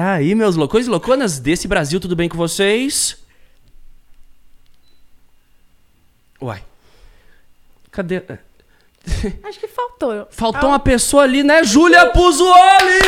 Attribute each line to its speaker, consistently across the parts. Speaker 1: aí, meus loucões e louconas desse Brasil, tudo bem com vocês? Uai. Cadê?
Speaker 2: Acho que faltou.
Speaker 1: Faltou uma pessoa ali, né? Júlia Puzzuoli!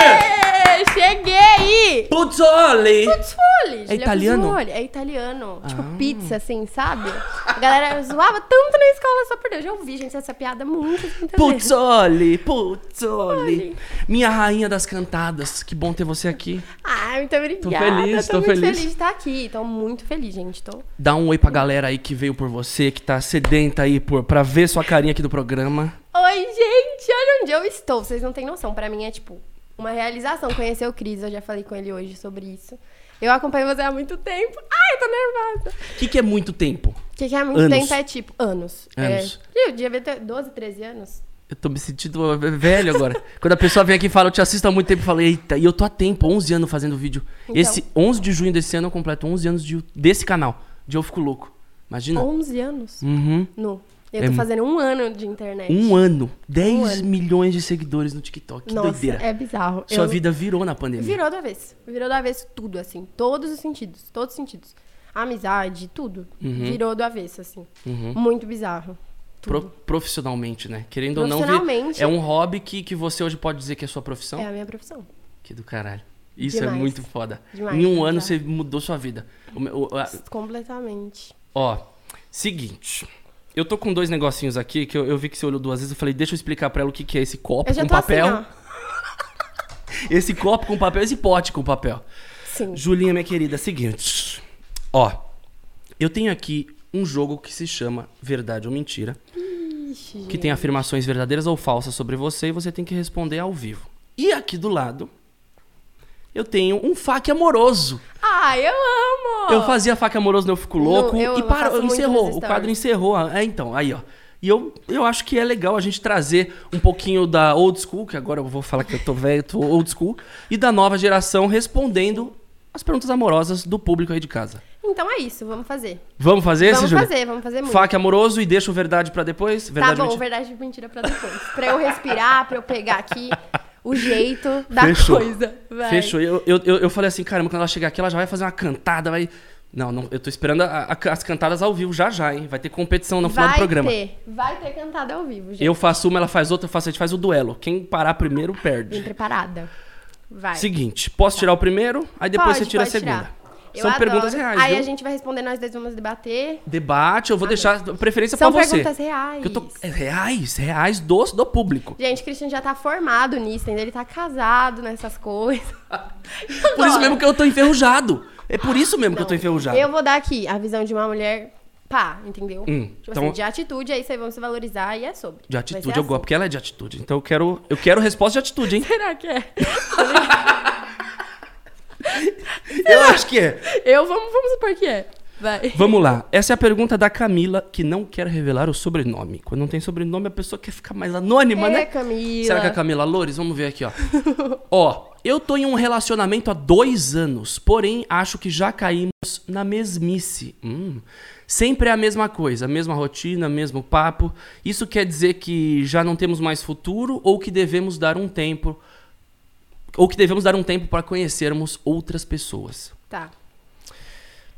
Speaker 2: Ê, É, Cheguei!
Speaker 1: Puzzuoli!
Speaker 2: Pizzoli, Julia
Speaker 1: italiano? Ah.
Speaker 2: Pizzoli. É italiano. Tipo, pizza, assim, sabe? A galera zoava tanto na escola só por Deus. Já ouvi, gente, essa piada muito. Putz.
Speaker 1: Puzzuoli! Puzzuoli! Minha rainha das cantadas, que bom ter você aqui.
Speaker 2: Ah, muito obrigada.
Speaker 1: feliz, tô
Speaker 2: muito feliz.
Speaker 1: feliz.
Speaker 2: de estar aqui. Tô muito feliz, gente. Tô...
Speaker 1: Dá um oi pra galera aí que veio por você, que tá sedenta aí por, pra ver sua carinha aqui do programa.
Speaker 2: Oi, gente! Olha onde eu estou. Vocês não têm noção. Pra mim é, tipo, uma realização conhecer o Cris. Eu já falei com ele hoje sobre isso. Eu acompanho você há muito tempo. Ai, eu tô nervosa.
Speaker 1: O que, que é muito tempo?
Speaker 2: O que, que é muito
Speaker 1: Anos.
Speaker 2: tempo é tipo... Anos.
Speaker 1: Anos.
Speaker 2: É. Eu devia ter 12, 13 anos.
Speaker 1: Eu tô me sentindo velho agora. Quando a pessoa vem aqui e fala, eu te assisto há muito tempo, eu falo, eita, e eu tô há tempo, 11 anos fazendo vídeo.
Speaker 2: Então.
Speaker 1: Esse 11 de junho desse ano eu completo 11 anos de, desse canal. De eu fico louco. Imagina.
Speaker 2: 11 anos?
Speaker 1: Uhum.
Speaker 2: No. Eu
Speaker 1: É
Speaker 2: tô
Speaker 1: mu-
Speaker 2: fazendo um ano de internet.
Speaker 1: Um ano. 10
Speaker 2: ano.
Speaker 1: milhões de seguidores no TikTok. Que
Speaker 2: Nossa,
Speaker 1: doideira.
Speaker 2: é bizarro.
Speaker 1: Sua
Speaker 2: Eu-
Speaker 1: vida é virou na pandemia.
Speaker 2: Virou do avesso. Virou do avesso tudo, assim. Todos os sentidos. Todos os sentidos. Amizade, tudo.
Speaker 1: Uhum.
Speaker 2: Virou do avesso, assim. Muito bizarro.
Speaker 1: Pro-
Speaker 2: Tudo.
Speaker 1: profissionalmente, né? Querendo ou não, vi-
Speaker 2: Profissionalmente.
Speaker 1: é um hobby que, que você hoje pode dizer que é sua profissão.
Speaker 2: É a minha profissão.
Speaker 1: Que do caralho. Isso é
Speaker 2: Demais.
Speaker 1: muito foda.
Speaker 2: Demais,
Speaker 1: em um ano
Speaker 2: tá.
Speaker 1: você mudou sua vida. O meu- o- a-
Speaker 2: Completamente.
Speaker 1: Ó, seguinte. Eu tô com dois negocinhos aqui que eu, eu vi que você olhou duas vezes. Eu falei, deixa eu explicar pra ela o que, que é esse copo
Speaker 2: Eu já
Speaker 1: com
Speaker 2: tô
Speaker 1: papel.
Speaker 2: assim, ó.
Speaker 1: Esse copo com papel, esse pote com papel.
Speaker 2: Sim.
Speaker 1: Julinha, minha querida, seguinte. Ó, eu tenho aqui um jogo que se chama Verdade ou Mentira,
Speaker 2: Ixi,
Speaker 1: que tem afirmações verdadeiras ou falsas sobre você e você tem que responder ao vivo. E aqui do lado, eu tenho um faque amoroso.
Speaker 2: Ai, Ah, eu amo!
Speaker 1: Eu fazia faca amoroso, eu fico louco.
Speaker 2: Não, eu-
Speaker 1: e
Speaker 2: eu
Speaker 1: parou,
Speaker 2: faço muito
Speaker 1: encerrou.
Speaker 2: nos
Speaker 1: O quadro
Speaker 2: stories.
Speaker 1: encerrou. É, então, aí, ó. E eu, eu acho que é legal a gente trazer um pouquinho da old school, que agora eu vou falar que eu tô velho, tô old school, e da nova geração respondendo as perguntas amorosas do público aí de casa.
Speaker 2: Então é isso, vamos fazer.
Speaker 1: Vamos fazer esse,
Speaker 2: vamos
Speaker 1: Júlia?
Speaker 2: fazer, vamos fazer muito.
Speaker 1: Faca amoroso e deixa o verdade pra depois? Verdade
Speaker 2: tá bom,
Speaker 1: mentira?
Speaker 2: verdade e mentira pra depois. pra eu respirar, pra eu pegar aqui o jeito da
Speaker 1: Fechou.
Speaker 2: coisa. Vai.
Speaker 1: Fechou. Eu, eu, eu, eu falei assim, caramba, quando ela chegar aqui, ela já vai fazer uma cantada, vai. Não, não, eu tô esperando a- a- as cantadas ao vivo já já, hein? Vai ter competição no final
Speaker 2: vai
Speaker 1: do programa.
Speaker 2: Ter, vai ter cantada ao vivo, gente.
Speaker 1: Eu faço uma, ela faz outra, eu faço, a gente faz o duelo. Quem parar primeiro
Speaker 2: Bem
Speaker 1: perde.
Speaker 2: preparada. Vai.
Speaker 1: Seguinte, posso tirar o primeiro, aí depois
Speaker 2: Pode,
Speaker 1: você tira a
Speaker 2: pode
Speaker 1: segunda.
Speaker 2: tirar. Eu
Speaker 1: São
Speaker 2: adoro.
Speaker 1: perguntas reais,
Speaker 2: Aí
Speaker 1: viu?
Speaker 2: a gente vai responder, nós dois vamos debater.
Speaker 1: Debate, eu vou deixar preferência
Speaker 2: São
Speaker 1: É pra você.
Speaker 2: perguntas reais.
Speaker 1: Eu tô... é, Reais, reais do, do público.
Speaker 2: Gente, o Christian já tá formado nisso, entendeu? Ele tá casado nessas coisas.
Speaker 1: Por isso mesmo que eu tô enferrujado. É por isso mesmo que eu tô enferrujado.
Speaker 2: Eu vou dar aqui a visão de uma mulher pá, entendeu?
Speaker 1: Hum,
Speaker 2: tipo
Speaker 1: então-
Speaker 2: assim, de atitude, aí vocês vão se valorizar e é sobre.
Speaker 1: De
Speaker 2: Vai
Speaker 1: atitude,
Speaker 2: ser
Speaker 1: eu
Speaker 2: assim.
Speaker 1: gosto, porque ela é de atitude. Então eu quero, eu quero resposta de atitude, hein?
Speaker 2: Será que é?
Speaker 1: eu acho que é.
Speaker 2: Eu, vamos, vamos supor que é. Vai.
Speaker 1: Vamos lá. Essa é a pergunta da Camila, que não quer revelar o sobrenome. Quando não tem sobrenome, a pessoa quer ficar mais anônima,
Speaker 2: É,
Speaker 1: né?
Speaker 2: Camila.
Speaker 1: Será que é a Camila Loures? Vamos ver aqui, ó. ó, eu tô em um relacionamento há dois anos, porém acho que já caímos na mesmice. Hum. Sempre é a mesma coisa, a mesma rotina, mesmo papo. Isso quer dizer que já não temos mais futuro ou que devemos dar um tempo ou que devemos dar um tempo para conhecermos outras pessoas.
Speaker 2: Tá.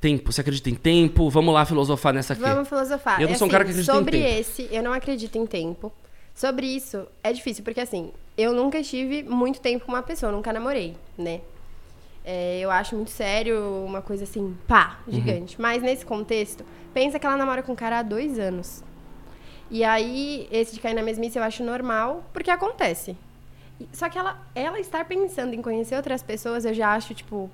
Speaker 1: Tempo, você acredita em tempo? Vamos lá filosofar nessa aqui.
Speaker 2: Vamos filosofar.
Speaker 1: Eu não
Speaker 2: É
Speaker 1: sou um cara
Speaker 2: assim,
Speaker 1: que acredita em
Speaker 2: Sobre
Speaker 1: tempo.
Speaker 2: esse, eu não acredito em tempo. Sobre isso, é difícil, porque assim, eu nunca estive muito tempo com uma pessoa, eu nunca namorei, né? É, eu acho muito sério, uma coisa assim, pá,
Speaker 1: Uhum.
Speaker 2: gigante. Mas nesse contexto, pensa que ela namora com um cara há dois anos. E aí, esse de cair na mesmice eu acho normal, porque acontece. E- Só que ela, ela estar pensando em conhecer outras pessoas, eu já acho, tipo,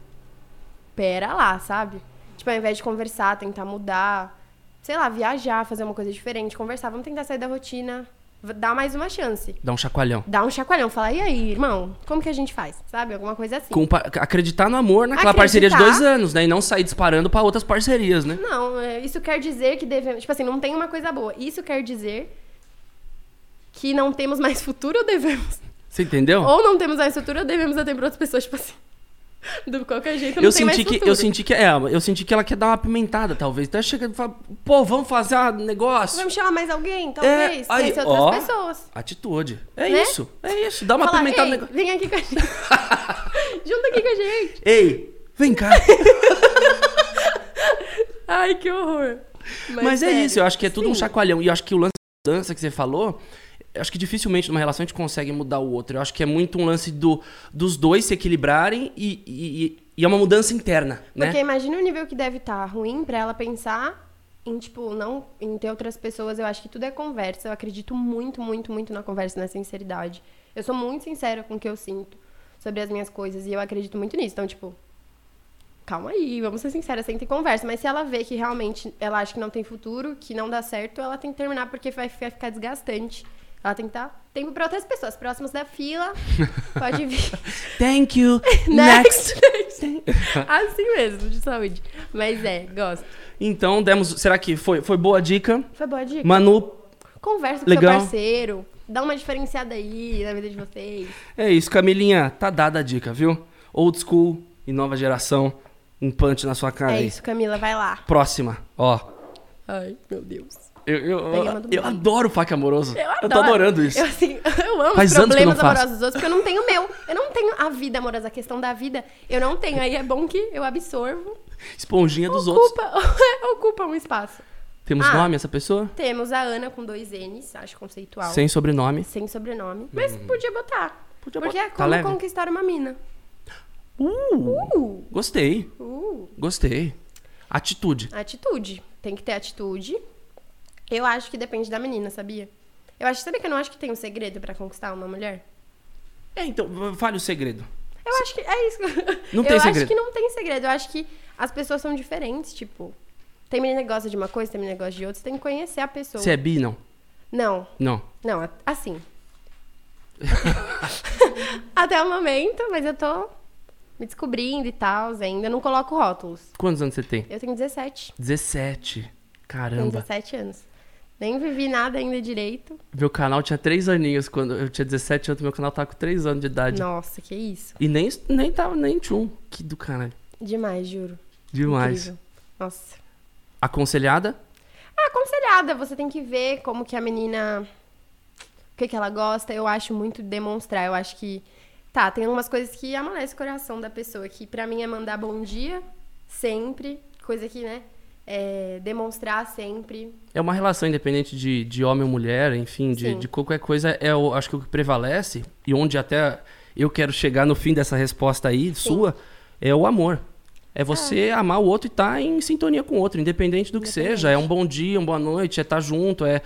Speaker 2: pera lá, sabe? Tipo, ao invés de conversar, tentar mudar, sei lá, viajar, fazer uma coisa diferente, conversar, vamos tentar sair da rotina, v- dar mais uma chance.
Speaker 1: Dá um chacoalhão.
Speaker 2: Dar um chacoalhão, falar, e aí, irmão, como que a gente faz? Sabe? Alguma coisa assim.
Speaker 1: Compa- acreditar no amor naquela parceria de
Speaker 2: Acreditar.
Speaker 1: dois anos, né? E não sair disparando pra outras parcerias, né?
Speaker 2: Não, é, isso quer dizer que devemos. Tipo assim, não tem uma coisa boa. Isso quer dizer que não temos mais futuro ou devemos.
Speaker 1: Você entendeu?
Speaker 2: Ou não temos mais futuro ou devemos dar tempo para outras pessoas, tipo assim. De qualquer jeito, não
Speaker 1: Eu
Speaker 2: tem mais
Speaker 1: senti, que,
Speaker 2: futuro.
Speaker 1: eu senti que é, eu senti que ela quer dar uma pimentada, talvez. Até chega e fala, pô, vamos fazer um negócio.
Speaker 2: Vamos chamar mais alguém, talvez.
Speaker 1: É, aí,
Speaker 2: conhecer
Speaker 1: ó.
Speaker 2: outras pessoas.
Speaker 1: Atitude. É
Speaker 2: Né?
Speaker 1: isso, é isso. Dá uma
Speaker 2: Falar,
Speaker 1: pimentada no
Speaker 2: "Ei,
Speaker 1: negócio.
Speaker 2: vem aqui com a gente. Junta aqui com a gente.
Speaker 1: Ei, vem cá.
Speaker 2: Ai, que horror.
Speaker 1: Mas, é
Speaker 2: sério.
Speaker 1: isso, eu acho que é tudo um
Speaker 2: Sim.
Speaker 1: chacoalhão. E eu acho que o lance da mudança que você falou, eu acho que dificilmente numa relação a gente consegue mudar o outro. Eu acho que é muito um lance do, dos dois se equilibrarem e, e- e- e é uma mudança interna, né?
Speaker 2: Porque imagina o nível que deve estar ruim pra ela pensar em, tipo, não em ter outras pessoas. Eu acho que tudo é conversa. Eu acredito muito, muito, muito na conversa, na sinceridade. Eu sou muito sincera com o que eu sinto sobre as minhas coisas e eu acredito muito nisso. Então, tipo, calma aí, vamos ser sinceras, senta e conversa. Mas se ela vê que realmente ela acha que não tem futuro, que não dá certo, ela tem que terminar porque vai fi- vai ficar desgastante. Ela tem que dar tempo pra outras pessoas. Próximas da fila, pode vir.
Speaker 1: Thank you. Next.
Speaker 2: Next. assim mesmo, de saúde. Mas é, gosto.
Speaker 1: Então, demos. Será que foi, foi boa a dica?
Speaker 2: Foi boa dica.
Speaker 1: Manu,
Speaker 2: Conversa com
Speaker 1: Legal.
Speaker 2: seu parceiro. Dá uma diferenciada aí na vida de vocês.
Speaker 1: é isso, Camilinha. Tá dada a dica, viu? Old school e nova geração. Um punch na sua cara
Speaker 2: é
Speaker 1: aí.
Speaker 2: isso, Camila, vai lá.
Speaker 1: Próxima, ó.
Speaker 2: Ai, meu Deus.
Speaker 1: Eu, eu,
Speaker 2: Peguei
Speaker 1: eu,
Speaker 2: uma do meio.
Speaker 1: adoro faca amoroso.
Speaker 2: Eu adoro.
Speaker 1: tô adorando isso.
Speaker 2: Eu, assim, eu amo
Speaker 1: Faz
Speaker 2: os
Speaker 1: anos que eu não
Speaker 2: problemas
Speaker 1: faço.
Speaker 2: amorosos dos outros, porque eu não tenho o meu. Eu não tenho a vida amorosa, a questão da vida. Eu não tenho. Aí é bom que eu absorvo.
Speaker 1: Esponjinha dos outros.
Speaker 2: Ocupa, ocupa um espaço.
Speaker 1: Temos
Speaker 2: Ah.
Speaker 1: nome essa pessoa?
Speaker 2: Temos a Ana com dois N's, acho conceitual.
Speaker 1: Sem sobrenome.
Speaker 2: Sem sobrenome. Mas podia botar.
Speaker 1: Hum. Podia
Speaker 2: porque
Speaker 1: botar.
Speaker 2: é
Speaker 1: Tá
Speaker 2: como
Speaker 1: leve.
Speaker 2: conquistar uma mina.
Speaker 1: Uh,
Speaker 2: Uh,
Speaker 1: Gostei,
Speaker 2: uh.
Speaker 1: gostei. Atitude.
Speaker 2: Atitude. Tem que ter atitude. Eu acho que depende da menina, sabia? Eu acho, sabe que eu não acho que tem um segredo pra conquistar uma mulher?
Speaker 1: É, então, fale o segredo.
Speaker 2: Eu acho que é isso.
Speaker 1: Não
Speaker 2: eu
Speaker 1: tem
Speaker 2: acho
Speaker 1: segredo.
Speaker 2: que não tem segredo. Eu acho que as pessoas são diferentes, tipo. Tem menina que gosta de uma coisa, tem menina que gosta de outra. Você tem que conhecer a pessoa.
Speaker 1: Você é bi, não?
Speaker 2: Não,
Speaker 1: Não.
Speaker 2: não, a- assim. Até o momento, mas eu tô me descobrindo e tal, ainda. Eu não coloco rótulos.
Speaker 1: Quantos anos você tem?
Speaker 2: Eu tenho 17.
Speaker 1: 17.
Speaker 2: Tenho
Speaker 1: Caramba.
Speaker 2: 17 anos. Nem vivi nada ainda direito.
Speaker 1: Meu canal tinha 3 aninhos quando eu tinha 17 anos, meu canal tava com 3 anos de idade.
Speaker 2: Nossa, que isso.
Speaker 1: E nem, nem tava nem tchum. Que do caralho.
Speaker 2: Demais, juro.
Speaker 1: Demais.
Speaker 2: Incrível. Nossa.
Speaker 1: Aconselhada?
Speaker 2: Ah, aconselhada, você tem que ver como que a menina. O que, que ela gosta. Eu acho muito demonstrar. Eu acho que. Tá, tem umas coisas que amanece o coração da pessoa, que pra mim é mandar bom dia sempre. Coisa que, né? é, demonstrar sempre.
Speaker 1: É uma relação independente de, de homem ou mulher, enfim, de,
Speaker 2: Sim.
Speaker 1: de qualquer coisa, é o, acho que o que prevalece, e onde até eu quero chegar no fim dessa resposta aí, sua, é o amor. É você
Speaker 2: Ah.
Speaker 1: amar o outro e estar em sintonia com o outro, independente do que seja. É um bom dia, uma boa noite, é estar junto, é,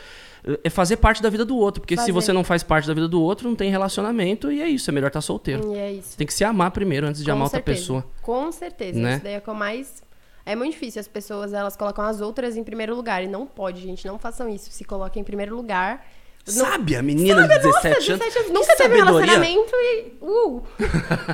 Speaker 1: é fazer parte da vida do outro. Porque se
Speaker 2: Fazer.
Speaker 1: você não faz parte da vida do outro, não tem relacionamento, e é isso, é melhor estar solteiro.
Speaker 2: E é isso.
Speaker 1: Você tem que se amar primeiro antes de
Speaker 2: Com
Speaker 1: amar outra
Speaker 2: certeza.
Speaker 1: pessoa.
Speaker 2: Com certeza.
Speaker 1: Né?
Speaker 2: Isso daí é que eu mais. É muito difícil. As pessoas elas colocam as outras em primeiro lugar. E não pode, gente. Não façam isso. Se coloquem em primeiro lugar. Não-
Speaker 1: Sabe a menina de 17 anos? que
Speaker 2: Nunca teve um
Speaker 1: sabedoria.
Speaker 2: relacionamento e. Uh!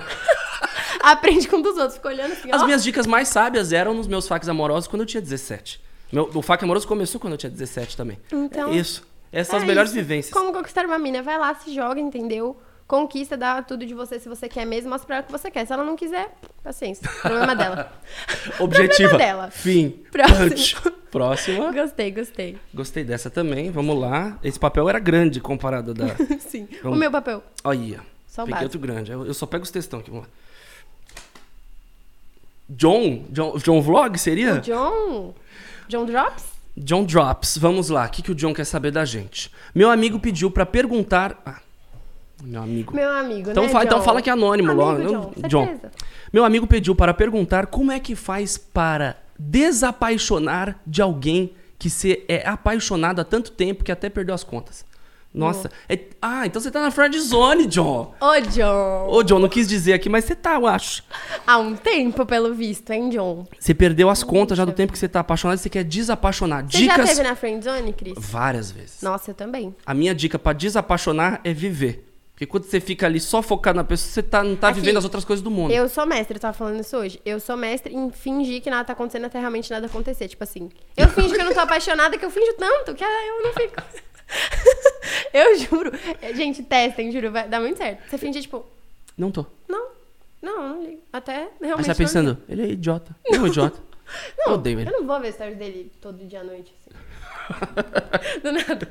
Speaker 2: Aprende com um dos outros, fica olhando assim,
Speaker 1: As
Speaker 2: ó.
Speaker 1: minhas dicas mais sábias eram nos meus faques amorosos quando eu tinha 17. Meu, o faca amoroso começou quando eu tinha 17 também.
Speaker 2: Então,
Speaker 1: é isso. Essas são as
Speaker 2: É
Speaker 1: melhores
Speaker 2: isso.
Speaker 1: vivências.
Speaker 2: Como conquistar uma mina? Vai lá, se joga, entendeu? Conquista, dá tudo de você se você quer mesmo, mostra pra ela o que você quer. Se ela não quiser, paciência. Problema dela.
Speaker 1: Objetiva.
Speaker 2: Problema dela.
Speaker 1: Fim.
Speaker 2: Próximo.
Speaker 1: Punch. Próxima.
Speaker 2: Gostei, gostei.
Speaker 1: Gostei dessa também. Vamos lá. Esse papel era grande comparado da.
Speaker 2: Sim.
Speaker 1: Vamos.
Speaker 2: O meu papel.
Speaker 1: Olha. aí, ó.
Speaker 2: Só o
Speaker 1: Peguei
Speaker 2: básico.
Speaker 1: outro grande. Eu, eu só pego os textão aqui. Vamos lá. John, John, John Vlog seria?
Speaker 2: John. John Drops?
Speaker 1: John Drops, vamos lá. O que, que o John quer saber da gente? Meu amigo pediu pra perguntar. Ah, meu amigo.
Speaker 2: Meu amigo,
Speaker 1: Então,
Speaker 2: né,
Speaker 1: fala, então
Speaker 2: John?
Speaker 1: fala que é anônimo
Speaker 2: Amigo,
Speaker 1: logo.
Speaker 2: John,
Speaker 1: Não-
Speaker 2: certeza.
Speaker 1: Meu amigo pediu para perguntar como é que faz para desapaixonar de alguém que você é apaixonado há tanto tempo que até perdeu as contas. Nossa. é- ah, então você tá na friend zone, John.
Speaker 2: Ô, John.
Speaker 1: Ô, John, não quis dizer aqui, mas você tá, eu acho.
Speaker 2: Há um tempo, pelo visto, hein, John?
Speaker 1: Você perdeu as contas já do tempo que você tá apaixonado e você quer desapaixonar.
Speaker 2: Você já
Speaker 1: Dicas
Speaker 2: teve na friendzone, Cris?
Speaker 1: várias vezes.
Speaker 2: Nossa, eu também.
Speaker 1: A minha dica pra desapaixonar é viver. Porque quando você fica ali só focado na pessoa, você tá, não tá
Speaker 2: Aqui.
Speaker 1: vivendo as outras coisas do mundo.
Speaker 2: É Eu sou mestre, eu tava falando isso hoje. Eu sou mestre em fingir que nada tá acontecendo até realmente nada acontecer. Tipo assim, eu finjo que eu não tô apaixonada, que eu finjo tanto que eu não fico. eu juro. Gente, testem, juro, vai dar muito certo. Você finge, tipo,
Speaker 1: Não tô.
Speaker 2: não, não, não ligo. Até
Speaker 1: Aí
Speaker 2: realmente.
Speaker 1: você tá
Speaker 2: não ligo.
Speaker 1: pensando, ele é idiota. Ele é um idiota. eu
Speaker 2: Não,
Speaker 1: odeio ele.
Speaker 2: eu não vou ver stories dele todo dia à noite, assim. Do nada.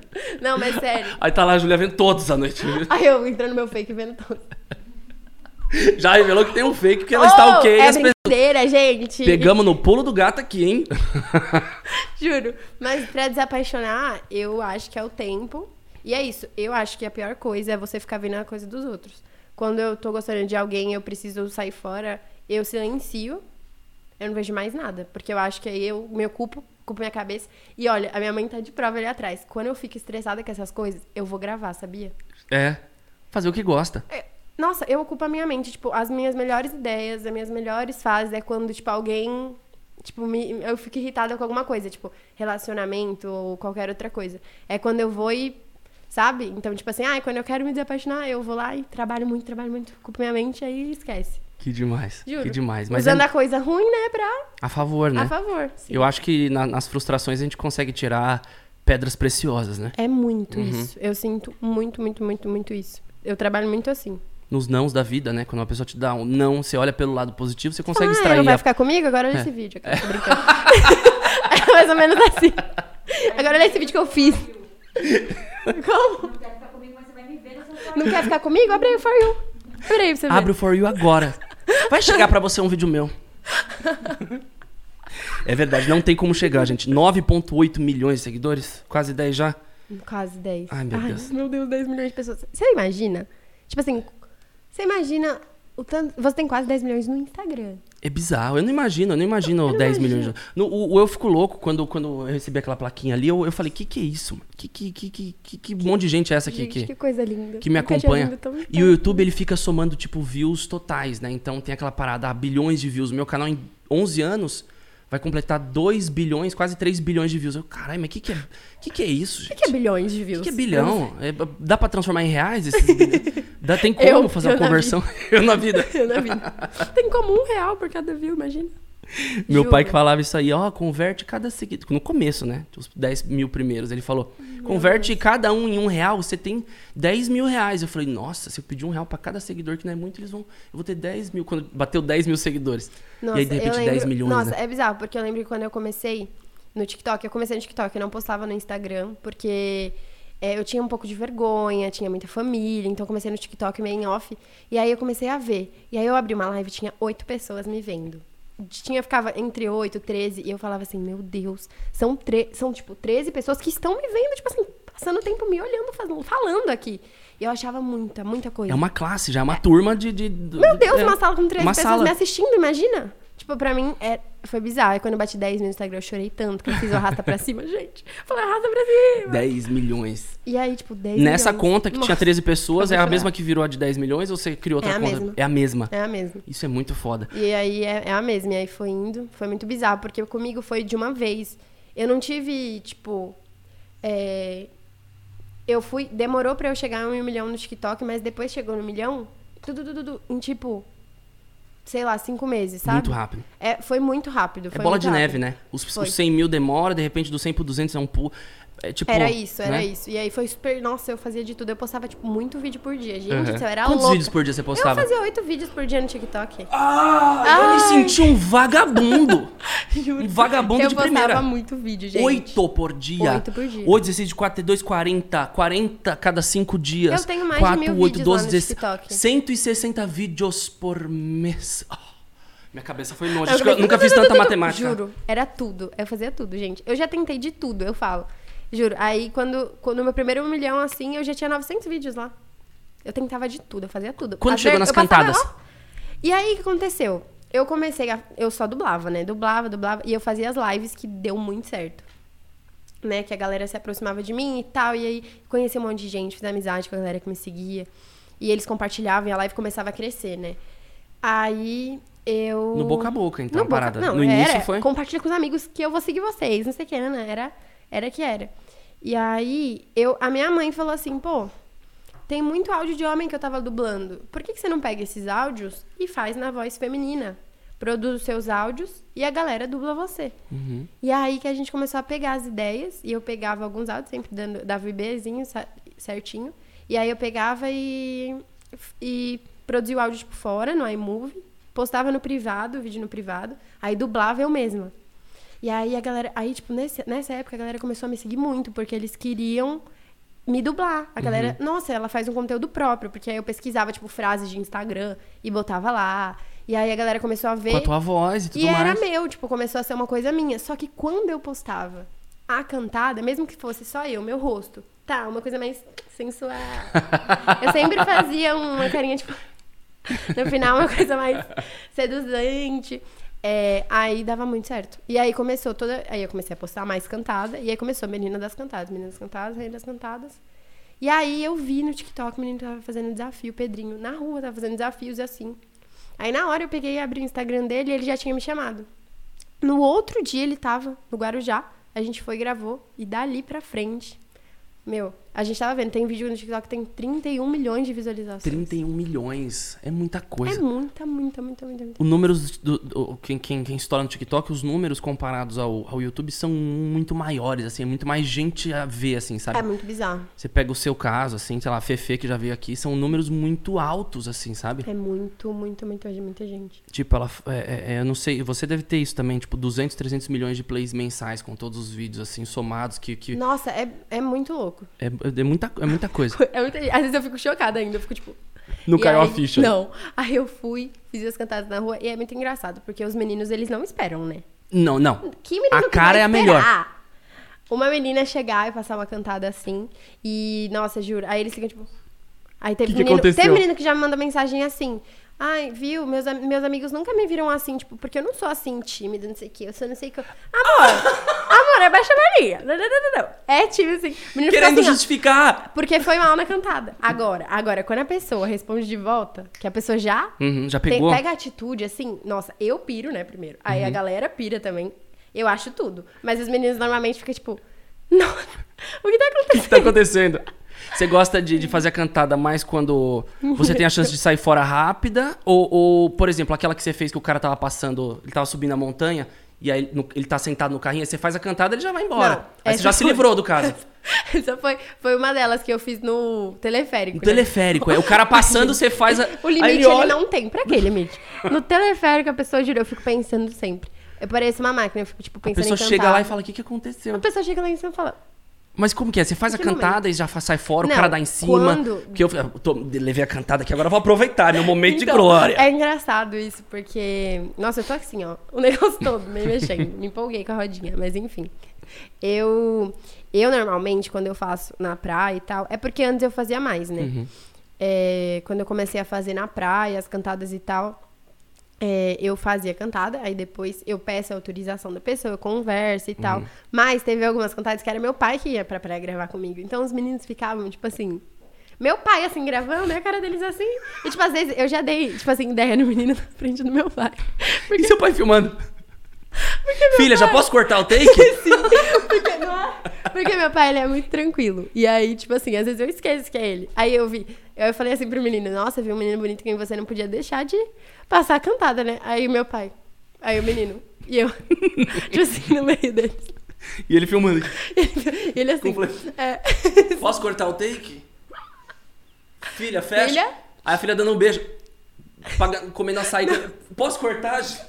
Speaker 2: Não, mas sério.
Speaker 1: Aí tá lá a Julia vendo todos à noite.
Speaker 2: Aí eu entrando no meu fake e vendo tudo.
Speaker 1: Já revelou que tem um fake que ela está ok.
Speaker 2: É
Speaker 1: as pessoas-
Speaker 2: brincadeira, gente.
Speaker 1: Pegamos no pulo do gato aqui, hein?
Speaker 2: Juro. Mas pra desapaixonar, eu acho que é o tempo. E é isso. Eu acho que a pior coisa é você ficar vendo a coisa dos outros. Quando eu tô gostando de alguém, eu preciso sair fora, eu silencio. Eu não vejo mais nada. Porque eu acho que aí eu me ocupo, ocupo minha cabeça. E olha, a minha mãe tá de prova ali atrás. Quando eu fico estressada com essas coisas, eu vou gravar, sabia?
Speaker 1: É. Fazer o que gosta.
Speaker 2: É, Nossa, eu ocupo a minha mente. Tipo, as minhas melhores ideias, as minhas melhores fases é quando, tipo, alguém. Tipo, me- eu fico irritada com alguma coisa, tipo, relacionamento ou qualquer outra coisa. É quando eu vou e. Sabe? Então, tipo assim, ah, quando eu quero me desapaixonar, eu vou lá e trabalho muito, trabalho muito, ocupo minha mente, aí esquece.
Speaker 1: Que demais.
Speaker 2: Juro.
Speaker 1: Que demais. Mas
Speaker 2: Usando
Speaker 1: é
Speaker 2: a coisa ruim, né, pra.
Speaker 1: a favor, né?
Speaker 2: A favor. Sim.
Speaker 1: Eu acho que na- nas frustrações a gente consegue tirar pedras preciosas, né?
Speaker 2: É muito isso. Eu sinto muito, muito, muito, muito isso. Eu trabalho muito assim.
Speaker 1: Nos nãos da vida, né? Quando uma pessoa te dá um não, você olha pelo lado positivo, você consegue
Speaker 2: ah,
Speaker 1: extrair.
Speaker 2: não vai
Speaker 1: a-
Speaker 2: ficar comigo? Agora olha
Speaker 1: É.
Speaker 2: esse vídeo. Aqui, tô brincando. é mais ou menos assim. Agora olha esse vídeo que eu fiz. Como?
Speaker 3: Não quer ficar comigo, mas você vai me ver na sua
Speaker 2: Não quer ficar comigo? Abre aí o For You. Abre aí pra você ver.
Speaker 1: Abre o For You agora. Vai chegar pra você um vídeo meu. É verdade, não tem como chegar, gente. 9,8 milhões de seguidores, quase 10 já.
Speaker 2: Quase 10.
Speaker 1: Ai, meu Deus.
Speaker 2: meu Deus, 10 milhões de pessoas. Você imagina? Tipo assim, você imagina o tanto... Você tem quase 10 milhões no Instagram.
Speaker 1: É bizarro, eu não imagino, eu não imagino 10 milhões. de- No, o, o Eu Fico Louco, quando, quando eu recebi aquela plaquinha ali, eu, eu falei, que que é isso? mano? Que, que, que, que, que, que monte de gente é essa aqui?
Speaker 2: Gente,
Speaker 1: que-
Speaker 2: que coisa linda.
Speaker 1: que me
Speaker 2: Nunca tinha
Speaker 1: acompanha.
Speaker 2: vindo tão
Speaker 1: E o
Speaker 2: perto.
Speaker 1: YouTube, ele fica somando, tipo, views totais, né? Então tem aquela parada, ah, bilhões de views. Meu canal em 11 anos vai completar 2 bilhões, quase 3 bilhões de views. Eu, caralho, mas o que que é, que que é isso, gente?
Speaker 2: O que que é bilhões de views?
Speaker 1: que, que é bilhão? É, dá pra transformar em reais? esses bilhões? Dá, tem como
Speaker 2: Eu-
Speaker 1: fazer
Speaker 2: eu
Speaker 1: uma
Speaker 2: na
Speaker 1: conversão? eu na vida.
Speaker 2: Eu não vi. Tem como um real por cada view, imagina.
Speaker 1: Meu
Speaker 2: Juro.
Speaker 1: pai que falava isso aí, ó, converte cada seguidor. No começo, né? Os 10 mil primeiros. Ele falou, converte cada um em um real, você tem 10 mil reais. Eu falei, nossa, se eu pedir um real pra cada seguidor, que não é muito, eles vão. Eu vou ter 10 mil. Quando bateu 10 mil seguidores.
Speaker 2: Nossa,
Speaker 1: e aí, de
Speaker 2: eu
Speaker 1: repente,
Speaker 2: lembro-
Speaker 1: 10 milhões.
Speaker 2: Nossa,
Speaker 1: né?
Speaker 2: é bizarro, porque eu lembro que quando eu comecei no TikTok, eu comecei no TikTok, eu não postava no Instagram, porque é, eu tinha um pouco de vergonha, tinha muita família, então eu comecei no TikTok meio em off. E aí eu comecei a ver. E aí eu abri uma live tinha oito pessoas me vendo. Tinha, ficava entre 8, 13, e eu falava assim, meu Deus, são, tre são tipo 13 pessoas que estão me vendo, tipo assim, passando o tempo me olhando, fazendo- falando aqui. E eu achava muita, muita coisa.
Speaker 1: É uma classe já, é uma turma de. de-
Speaker 2: Meu Deus,
Speaker 1: é,
Speaker 2: uma sala com três
Speaker 1: uma
Speaker 2: pessoas
Speaker 1: sala.
Speaker 2: me assistindo, imagina? Tipo, pra mim, é- foi bizarro. E quando eu bati 10 mil no Instagram, eu chorei tanto que eu fiz o arrasta pra cima, gente. Eu Falei, arrasta pra cima.
Speaker 1: 10 milhões.
Speaker 2: E aí, tipo, 10
Speaker 1: Nessa
Speaker 2: milhões.
Speaker 1: conta que
Speaker 2: Nossa,
Speaker 1: tinha 13 pessoas,
Speaker 2: eu
Speaker 1: é
Speaker 2: vou
Speaker 1: a
Speaker 2: chorar.
Speaker 1: mesma que virou a de 10 milhões ou você criou outra
Speaker 2: É a
Speaker 1: conta?
Speaker 2: mesma.
Speaker 1: É a mesma.
Speaker 2: É a mesma.
Speaker 1: Isso é muito foda.
Speaker 2: E aí, é, é a mesma. E aí, foi indo. Foi muito bizarro, porque comigo foi de uma vez. Eu não tive, tipo... é, Eu fui... Demorou pra eu chegar a um milhão no TikTok, mas depois chegou no milhão... Tudo, tudo, tudo, em, tipo... Sei lá, cinco meses, sabe?
Speaker 1: Muito rápido.
Speaker 2: É, foi muito rápido.
Speaker 1: É
Speaker 2: foi
Speaker 1: bola
Speaker 2: muito
Speaker 1: de
Speaker 2: rápido.
Speaker 1: neve, né? Os,
Speaker 2: Foi.
Speaker 1: os 100 mil demora, de repente do 100 pro 200 é um pulo. É tipo.
Speaker 2: Era isso, era
Speaker 1: né?
Speaker 2: isso. E aí foi super. Nossa, eu fazia de tudo. Eu postava, tipo, muito vídeo por dia. Gente,
Speaker 1: Uhum.
Speaker 2: do céu, era
Speaker 1: Quantos
Speaker 2: louca.
Speaker 1: vídeos por dia você postava?
Speaker 2: Eu fazia oito vídeos por dia no TikTok.
Speaker 1: Ah, eu me senti um vagabundo.
Speaker 2: Juro.
Speaker 1: Um vagabundo
Speaker 2: eu
Speaker 1: de
Speaker 2: postava
Speaker 1: primeira.
Speaker 2: muito vídeo, gente.
Speaker 1: Oito por dia.
Speaker 2: Oito por dia.
Speaker 1: 8, 16, 42, 40. 40 cada cinco dias.
Speaker 2: Eu tenho mais de
Speaker 1: Quatro,
Speaker 2: mil
Speaker 1: oito,
Speaker 2: vídeos
Speaker 1: doze,
Speaker 2: lá no
Speaker 1: dezesseis-
Speaker 2: TikTok.
Speaker 1: 160 vídeos por mês. Ah, minha cabeça foi longe.
Speaker 2: Eu
Speaker 1: Acho que eu
Speaker 2: comecei-
Speaker 1: nunca fiz tanta matemática.
Speaker 2: Juro, era tudo. Eu fazia tudo, gente. Eu já tentei de tudo, eu falo. Juro. Aí, quando, quando no meu primeiro milhão, assim, eu já tinha 900 vídeos lá. Eu tentava de tudo, eu fazia tudo.
Speaker 1: Quando chegou
Speaker 2: ver-
Speaker 1: nas
Speaker 2: eu passava,
Speaker 1: cantadas?
Speaker 2: ó. E aí, o que aconteceu? Eu comecei a... Eu só dublava, né? Dublava, dublava. E eu fazia as lives que deu muito certo. né? Que a galera se aproximava de mim e tal. E aí conheci um monte de gente, fiz amizade com a galera que me seguia. E eles compartilhavam e a live começava a crescer, né? Aí eu.
Speaker 1: No boca a boca, então,
Speaker 2: No
Speaker 1: a parada.
Speaker 2: Não,
Speaker 1: No início
Speaker 2: era,
Speaker 1: foi-
Speaker 2: Compartilha com os amigos que eu vou seguir vocês, não sei o que, né? Era, era que era. E aí, eu, a minha mãe falou assim, pô, tem muito áudio de homem que eu tava dublando. Por que, que você não pega esses áudios e faz na voz feminina? Produz os seus áudios e a galera dubla você. E é aí que a gente começou a pegar as ideias, e eu pegava alguns áudios, sempre dando, dava o IBzinho sa- certinho. E aí eu pegava e, e produzia o áudio tipo, fora no iMovie, postava no privado, o vídeo no privado, aí dublava eu mesma. E aí a galera, aí tipo, nesse- nessa época a galera começou a me seguir muito, porque eles queriam me dublar. A galera, nossa, ela faz um conteúdo próprio, porque aí eu pesquisava, tipo, frases de Instagram e botava lá. E aí a galera começou a ver.
Speaker 1: Com a tua voz e tudo
Speaker 2: E
Speaker 1: mais.
Speaker 2: era meu, tipo, começou a ser uma coisa minha. Só que quando eu postava a cantada, mesmo que fosse só eu, meu rosto, tá, uma coisa mais sensual. eu sempre fazia uma carinha, tipo. No final, uma coisa mais seduzente. É, aí dava muito certo. E aí começou toda. Aí eu comecei a postar mais cantada. E aí começou Menina das Cantadas, Menina das Cantadas, Rainha das Cantadas. E aí eu vi no TikTok, o menino tava fazendo desafio, o Pedrinho, na rua, tava fazendo desafios assim. Aí na hora eu peguei e abri o Instagram dele e ele já tinha me chamado. No outro dia ele tava no Guarujá, a gente foi e gravou, e dali pra frente, meu, a gente tava vendo, tem vídeo no TikTok que tem 31 milhões de visualizações.
Speaker 1: 31 milhões. É muita
Speaker 2: É
Speaker 1: coisa.
Speaker 2: muita, muita, muita, muita, muita.
Speaker 1: O números do, do- quem, quem, quem estoura no TikTok, os números comparados ao, ao YouTube são muito maiores, assim, é muito mais gente a ver, assim, sabe?
Speaker 2: É muito bizarro.
Speaker 1: Você pega o seu caso, assim, sei lá, a Fefe que já veio aqui, são números muito altos, assim, sabe?
Speaker 2: É muito, muito, muito, é muita gente.
Speaker 1: Tipo, ela. é, é, é, eu não sei, você deve ter isso também, tipo, 200, 300 milhões de plays mensais com todos os vídeos, assim, somados, que. que
Speaker 2: Nossa, é, é muito louco.
Speaker 1: é, é muita, é muita coisa.
Speaker 2: É muita- Às vezes eu fico chocada ainda, eu fico tipo,
Speaker 1: Não
Speaker 2: E
Speaker 1: caiu a
Speaker 2: aí-
Speaker 1: ficha.
Speaker 2: Não. Aí eu fui, fiz as cantadas na rua e é muito engraçado, porque os meninos, eles não esperam, né?
Speaker 1: Não, não.
Speaker 2: Que menino
Speaker 1: A
Speaker 2: que
Speaker 1: cara
Speaker 2: vai
Speaker 1: é a
Speaker 2: esperar? Uma menina chegar e passar uma cantada assim e, nossa, juro, aí eles ficam tipo... Aí teve,
Speaker 1: Que que
Speaker 2: menino, teve
Speaker 1: aconteceu?
Speaker 2: menino que já me manda mensagem assim... Ai, viu? Meus, am- meus amigos nunca me viram assim, tipo, porque eu não sou assim, tímida, não sei o quê. Eu sou não sei o que. Amor! amor, abaixa a Maria! Não, não, não, não, não. É tímido assim. O menino fica
Speaker 1: Querendo
Speaker 2: assim, ó.
Speaker 1: justificar!
Speaker 2: Porque foi mal na cantada. Agora, agora, quando a pessoa responde de volta, que a pessoa já,
Speaker 1: Uhum, já
Speaker 2: tem-
Speaker 1: pegou? Uhum.
Speaker 2: pega a atitude, assim, nossa, eu piro, né, primeiro. Aí a galera pira também. Eu acho tudo. Mas os meninos normalmente ficam tipo, nossa, o que tá
Speaker 1: O que tá
Speaker 2: acontecendo?
Speaker 1: acontecendo? Você gosta de, de fazer a cantada mais quando você tem a chance de sair fora rápida? Ou, ou, por exemplo, aquela que você fez que o cara tava passando, ele tava subindo a montanha e aí no- ele tá sentado no carrinho, aí você faz a cantada ele já vai embora.
Speaker 2: Não, é tipo
Speaker 1: aí
Speaker 2: essa
Speaker 1: você já se
Speaker 2: foi-
Speaker 1: livrou do caso.
Speaker 2: Essa foi, foi uma delas que eu fiz no teleférico.
Speaker 1: O
Speaker 2: né?
Speaker 1: teleférico, é. O cara passando, você faz a.
Speaker 2: O
Speaker 1: aí
Speaker 2: limite
Speaker 1: ele
Speaker 2: ele,
Speaker 1: olha-
Speaker 2: não tem. Pra que limite? No teleférico, a pessoa jurou, eu fico pensando sempre. Eu pareço uma máquina, eu fico, tipo,
Speaker 1: A
Speaker 2: pensando
Speaker 1: pessoa
Speaker 2: em
Speaker 1: chega
Speaker 2: cantar.
Speaker 1: lá e fala: o que, que aconteceu?
Speaker 2: A pessoa chega lá em cima e fala,
Speaker 1: Mas como que é? Você faz a
Speaker 2: Que momento?
Speaker 1: cantada e já fa- sai fora, o
Speaker 2: Não,
Speaker 1: cara dá em cima.
Speaker 2: quando-
Speaker 1: Porque eu, eu tô- levei a cantada aqui, agora eu vou aproveitar meu momento
Speaker 2: Então,
Speaker 1: de glória.
Speaker 2: É engraçado isso, porque. Nossa, eu tô assim, ó. O negócio todo, me mexendo. me empolguei com a rodinha, mas enfim. Eu. Eu normalmente, quando eu faço na praia e tal. É porque antes eu fazia mais, né?
Speaker 1: Uhum.
Speaker 2: É, quando eu comecei a fazer na praia, as cantadas e tal. é, eu fazia cantada, aí depois eu peço a autorização da pessoa, eu converso
Speaker 1: Uhum.
Speaker 2: e tal. Mas teve algumas cantadas que era meu pai que ia pra praia gravar comigo. Então os meninos ficavam, tipo assim, meu pai, assim, gravando, né? A cara deles assim. E, tipo, às vezes eu já dei, tipo assim, ideia no menino na frente do meu pai.
Speaker 1: E
Speaker 2: Porque,
Speaker 1: seu pai filmando?
Speaker 2: porque meu
Speaker 1: Filha, já
Speaker 2: pai-
Speaker 1: posso cortar o take?
Speaker 2: Sim, porque, não é- porque meu pai, ele é muito tranquilo. E aí, tipo assim, às vezes eu esqueço que é ele. Aí eu vi, eu falei assim pro menino, nossa, vi um menino bonito que você não podia deixar de passar a cantada, né? Aí meu pai, aí o menino, e eu, tipo assim, no meio deles.
Speaker 1: E ele filmando.
Speaker 2: Ele, ele assim,
Speaker 1: Comple-
Speaker 2: é,
Speaker 1: Posso cortar o take? Filha, fecha.
Speaker 2: filha,
Speaker 1: Aí a filha dando um beijo. paga- comendo açaí. Posso cortar? gente?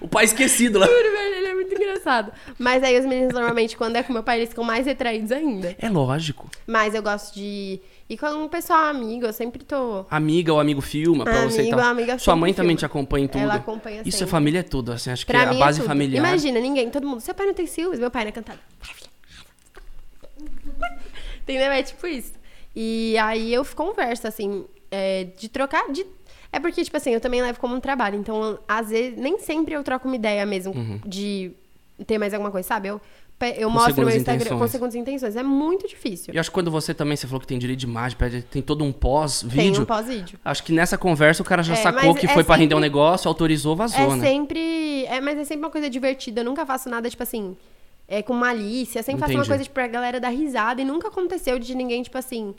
Speaker 1: O pai esquecido lá.
Speaker 2: Juro, velho, ele é muito engraçado. Mas aí os meninos normalmente, quando é com meu pai, eles ficam mais retraídos ainda.
Speaker 1: É lógico.
Speaker 2: Mas eu gosto de ir com um pessoal amigo, eu sempre tô.
Speaker 1: Amiga ou amigo filma pra você e
Speaker 2: Amigo
Speaker 1: tal.
Speaker 2: ou
Speaker 1: Sua
Speaker 2: amiga sempre
Speaker 1: mãe também
Speaker 2: filma.
Speaker 1: te acompanha em tudo.
Speaker 2: Ela acompanha
Speaker 1: Isso é
Speaker 2: sempre.
Speaker 1: família é tudo, assim. Acho
Speaker 2: Pra
Speaker 1: que a
Speaker 2: mim é
Speaker 1: base
Speaker 2: tudo.
Speaker 1: familiar.
Speaker 2: Imagina, ninguém, todo mundo. Seu pai não tem ciúmes, meu pai não é cantado. Vai, filha. Entendeu? É tipo isso. E aí eu converso, assim, é, de trocar. De... É porque, tipo assim, eu também levo como um trabalho. Então, às vezes, nem sempre eu troco uma ideia mesmo de ter mais alguma coisa, sabe? Eu, pe- eu
Speaker 1: Uhum. Com
Speaker 2: mostro
Speaker 1: segundas
Speaker 2: meu Instagram com
Speaker 1: intenções.
Speaker 2: segundas intenções. É muito difícil.
Speaker 1: E acho que quando você também, você falou que tem direito de imagem, pede- tem todo um
Speaker 2: Tem
Speaker 1: pós-vídeo.
Speaker 2: um pós-vídeo.
Speaker 1: Acho que nessa conversa o cara já
Speaker 2: É,
Speaker 1: sacou
Speaker 2: mas
Speaker 1: que
Speaker 2: é
Speaker 1: foi pra render um
Speaker 2: sempre-
Speaker 1: negócio, autorizou, vazou,
Speaker 2: é
Speaker 1: né?
Speaker 2: sempre. É, mas é sempre uma coisa divertida. Eu nunca faço nada, tipo assim, é, com malícia. Sempre faço uma
Speaker 1: Entendi.
Speaker 2: coisa, tipo, pra galera dar risada. E nunca aconteceu de ninguém, tipo assim.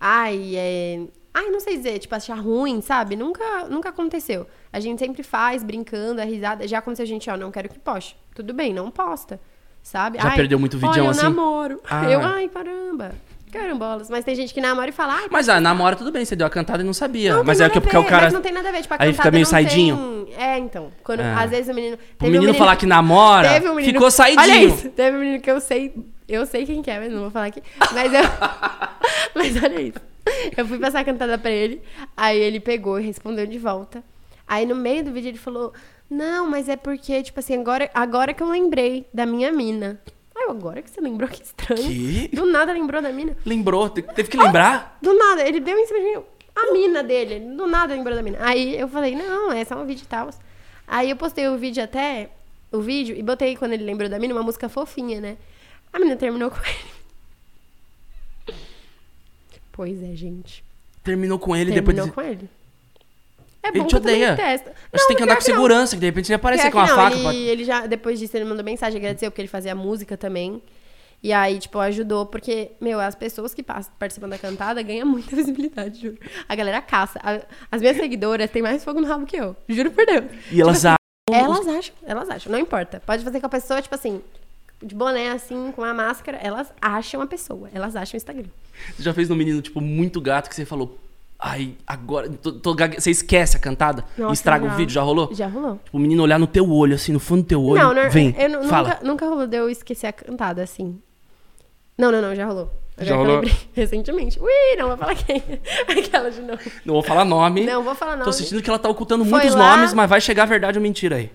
Speaker 2: Ai, é. Ai, não sei dizer, tipo, achar ruim, sabe? Nunca, nunca aconteceu. A gente sempre faz, brincando, a risada. Já aconteceu, gente, ó, não quero que poste. Tudo bem, não posta. Sabe?
Speaker 1: Já
Speaker 2: Ai,
Speaker 1: perdeu muito
Speaker 2: olha,
Speaker 1: videão
Speaker 2: eu
Speaker 1: assim?
Speaker 2: namoro.
Speaker 1: Ah.
Speaker 2: Eu, ai, caramba. Carambolas. Mas tem gente que namora e fala, ai,
Speaker 1: Mas ah, namora tudo bem, você deu a cantada e não sabia.
Speaker 2: não
Speaker 1: mas
Speaker 2: tem
Speaker 1: é
Speaker 2: nada
Speaker 1: que
Speaker 2: a
Speaker 1: porque o
Speaker 2: ver,
Speaker 1: cara.
Speaker 2: mas não tem nada a ver, tipo, a
Speaker 1: Aí fica
Speaker 2: cantada
Speaker 1: meio
Speaker 2: não
Speaker 1: saidinho.
Speaker 2: tem- É, então, quando
Speaker 1: É.
Speaker 2: às vezes o menino
Speaker 1: O
Speaker 2: teve um
Speaker 1: menino, falar que namora,
Speaker 2: teve um menino-
Speaker 1: ficou saidinho.
Speaker 2: Olha isso, teve um menino que eu sei, eu sei quem que é, mas não vou falar aqui. Mas eu Mas olha isso. Eu fui passar a cantada pra ele, aí ele pegou e respondeu de volta. Aí no meio do vídeo ele falou: Não, mas é porque, tipo assim, agora, agora que eu lembrei da minha mina. Aí eu, agora que você lembrou, que estranho.
Speaker 1: Que?
Speaker 2: Do nada lembrou da mina.
Speaker 1: Lembrou? Te- Teve que lembrar?
Speaker 2: Do nada, ele deu em cima de mim. A mina dele, do nada lembrou da mina. Aí eu falei, não, é só um vídeo e tal. Aí eu postei o vídeo até, o vídeo, e botei quando ele lembrou da mina uma música fofinha, né? A mina terminou com ele. Pois é, gente.
Speaker 1: Terminou com ele depois
Speaker 2: terminou
Speaker 1: de...
Speaker 2: com ele. É
Speaker 1: Ele
Speaker 2: bom
Speaker 1: te
Speaker 2: que eu também
Speaker 1: odeia.
Speaker 2: detesto.
Speaker 1: Acho que tem que
Speaker 2: pior
Speaker 1: andar com
Speaker 2: não.
Speaker 1: segurança, que de repente ele aparecer
Speaker 2: Pior
Speaker 1: com uma
Speaker 2: que não,
Speaker 1: faca.
Speaker 2: Ele,
Speaker 1: pra-
Speaker 2: ele já, depois disso, ele mandou mensagem, agradeceu, porque ele fazia música também. E aí, tipo, ajudou, porque, meu, as pessoas que pas- participam da cantada ganham muita visibilidade, juro. A galera caça. A- as minhas seguidoras têm mais fogo no rabo que eu. Juro por Deus.
Speaker 1: E elas acham.
Speaker 2: Elas acham, elas acham, não importa. Pode fazer com a pessoa, tipo assim, de boné assim, com uma máscara, elas acham a pessoa, elas acham o Instagram.
Speaker 1: Você já fez no menino, tipo, muito gato que você falou. Ai, agora. tô- tô gague-" Você esquece a cantada e
Speaker 2: Nossa,
Speaker 1: estraga o
Speaker 2: já.
Speaker 1: vídeo, já rolou?
Speaker 2: Já rolou.
Speaker 1: Tipo, o menino olhar no teu olho, assim, no fundo do teu olho.
Speaker 2: não, não,
Speaker 1: Vem,
Speaker 2: eu nu-
Speaker 1: fala.
Speaker 2: nunca, nunca rolou de eu esquecer a cantada, assim. Não, não, não, já rolou.
Speaker 1: Já
Speaker 2: Agora que eu
Speaker 1: rolou?
Speaker 2: lembrei, recentemente. Ui, não vou falar quem. é. Aquela de novo.
Speaker 1: Não vou falar nome.
Speaker 2: Não, vou falar não.
Speaker 1: Tô sentindo que ela tá ocultando
Speaker 2: Foi
Speaker 1: muitos
Speaker 2: lá-
Speaker 1: nomes, mas vai chegar a verdade ou mentira aí.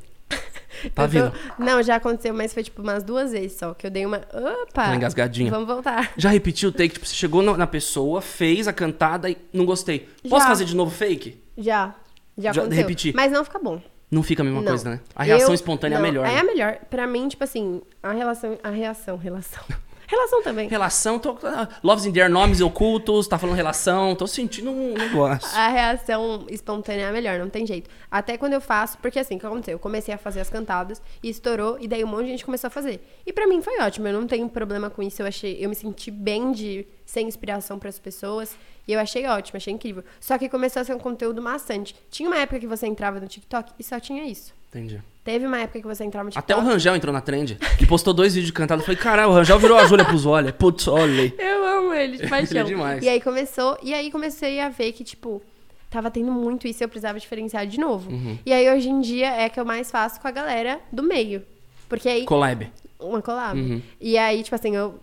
Speaker 1: Tá vindo.
Speaker 2: Não, já aconteceu, mas foi tipo umas duas vezes só. Que eu dei uma. Opa!
Speaker 1: Aquela Tá engasgadinha.
Speaker 2: Vamos voltar.
Speaker 1: Já repetiu o take? Tipo, você chegou na na pessoa, fez a cantada e não gostei. Posso
Speaker 2: Já.
Speaker 1: fazer de novo fake?
Speaker 2: Já. Já,
Speaker 1: Já
Speaker 2: aconteceu.
Speaker 1: repeti.
Speaker 2: Mas não fica bom.
Speaker 1: Não fica a mesma
Speaker 2: Não.
Speaker 1: coisa, né? A reação
Speaker 2: Eu-
Speaker 1: espontânea é
Speaker 2: não,
Speaker 1: a melhor.
Speaker 2: É
Speaker 1: né?
Speaker 2: a melhor. Pra mim, tipo assim, a relação. A reação, relação. Relação também.
Speaker 1: Relação, tô. ah, Loves in the air, nomes ocultos, tá falando relação, tô sentindo um negócio.
Speaker 2: A reação espontânea é a melhor, não tem jeito. Até quando eu faço, porque assim, o que aconteceu? Eu comecei a fazer as cantadas e estourou, e daí um monte de gente começou a fazer. E pra mim foi ótimo, eu não tenho problema com isso. Eu achei, eu me senti bem de ser inspiração pras pessoas. E eu achei ótimo, achei incrível. Só que começou a ser um conteúdo maçante. Tinha uma época que você entrava no TikTok e só tinha isso.
Speaker 1: Entendi.
Speaker 2: Teve uma época que você entrava no TikTok.
Speaker 1: Até o Rangel entrou na trend, que postou dois vídeos de cantada. Eu falei, caralho, o Rangel virou a Júlia pros olhos. Putz, olhei.
Speaker 2: Eu amo ele, de paixão.
Speaker 1: demais.
Speaker 2: E aí começou, e aí comecei a ver que, tipo, tava tendo muito isso e eu precisava diferenciar de novo.
Speaker 1: Uhum.
Speaker 2: E aí hoje em dia é que eu mais faço com a galera do meio. Porque aí.
Speaker 1: Collab.
Speaker 2: Uma collab.
Speaker 1: Uhum.
Speaker 2: E aí, tipo assim, eu.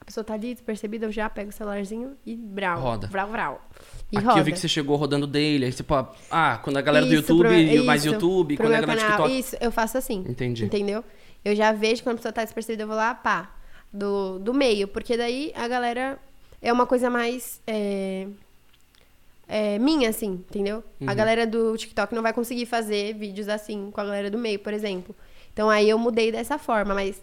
Speaker 2: A pessoa tá ali despercebida, eu já pego o celularzinho e brau.
Speaker 1: Roda.
Speaker 2: Brau, brau. E
Speaker 1: Aqui
Speaker 2: roda.
Speaker 1: eu vi que você chegou rodando daily. Aí você, pô, ah, quando a galera
Speaker 2: Isso,
Speaker 1: do YouTube,
Speaker 2: pro-
Speaker 1: e mais
Speaker 2: isso,
Speaker 1: YouTube,
Speaker 2: pro
Speaker 1: quando a
Speaker 2: meu
Speaker 1: galera do
Speaker 2: canal.
Speaker 1: TikTok.
Speaker 2: Isso, eu faço assim.
Speaker 1: Entendi.
Speaker 2: Entendeu? Eu já vejo quando a pessoa tá despercebida, eu vou lá, pá, do, do meio. Porque daí a galera é uma coisa mais é, é, minha, assim, entendeu?
Speaker 1: Uhum.
Speaker 2: A galera do TikTok não vai conseguir fazer vídeos assim com a galera do meio, por exemplo. Então aí eu mudei dessa forma, mas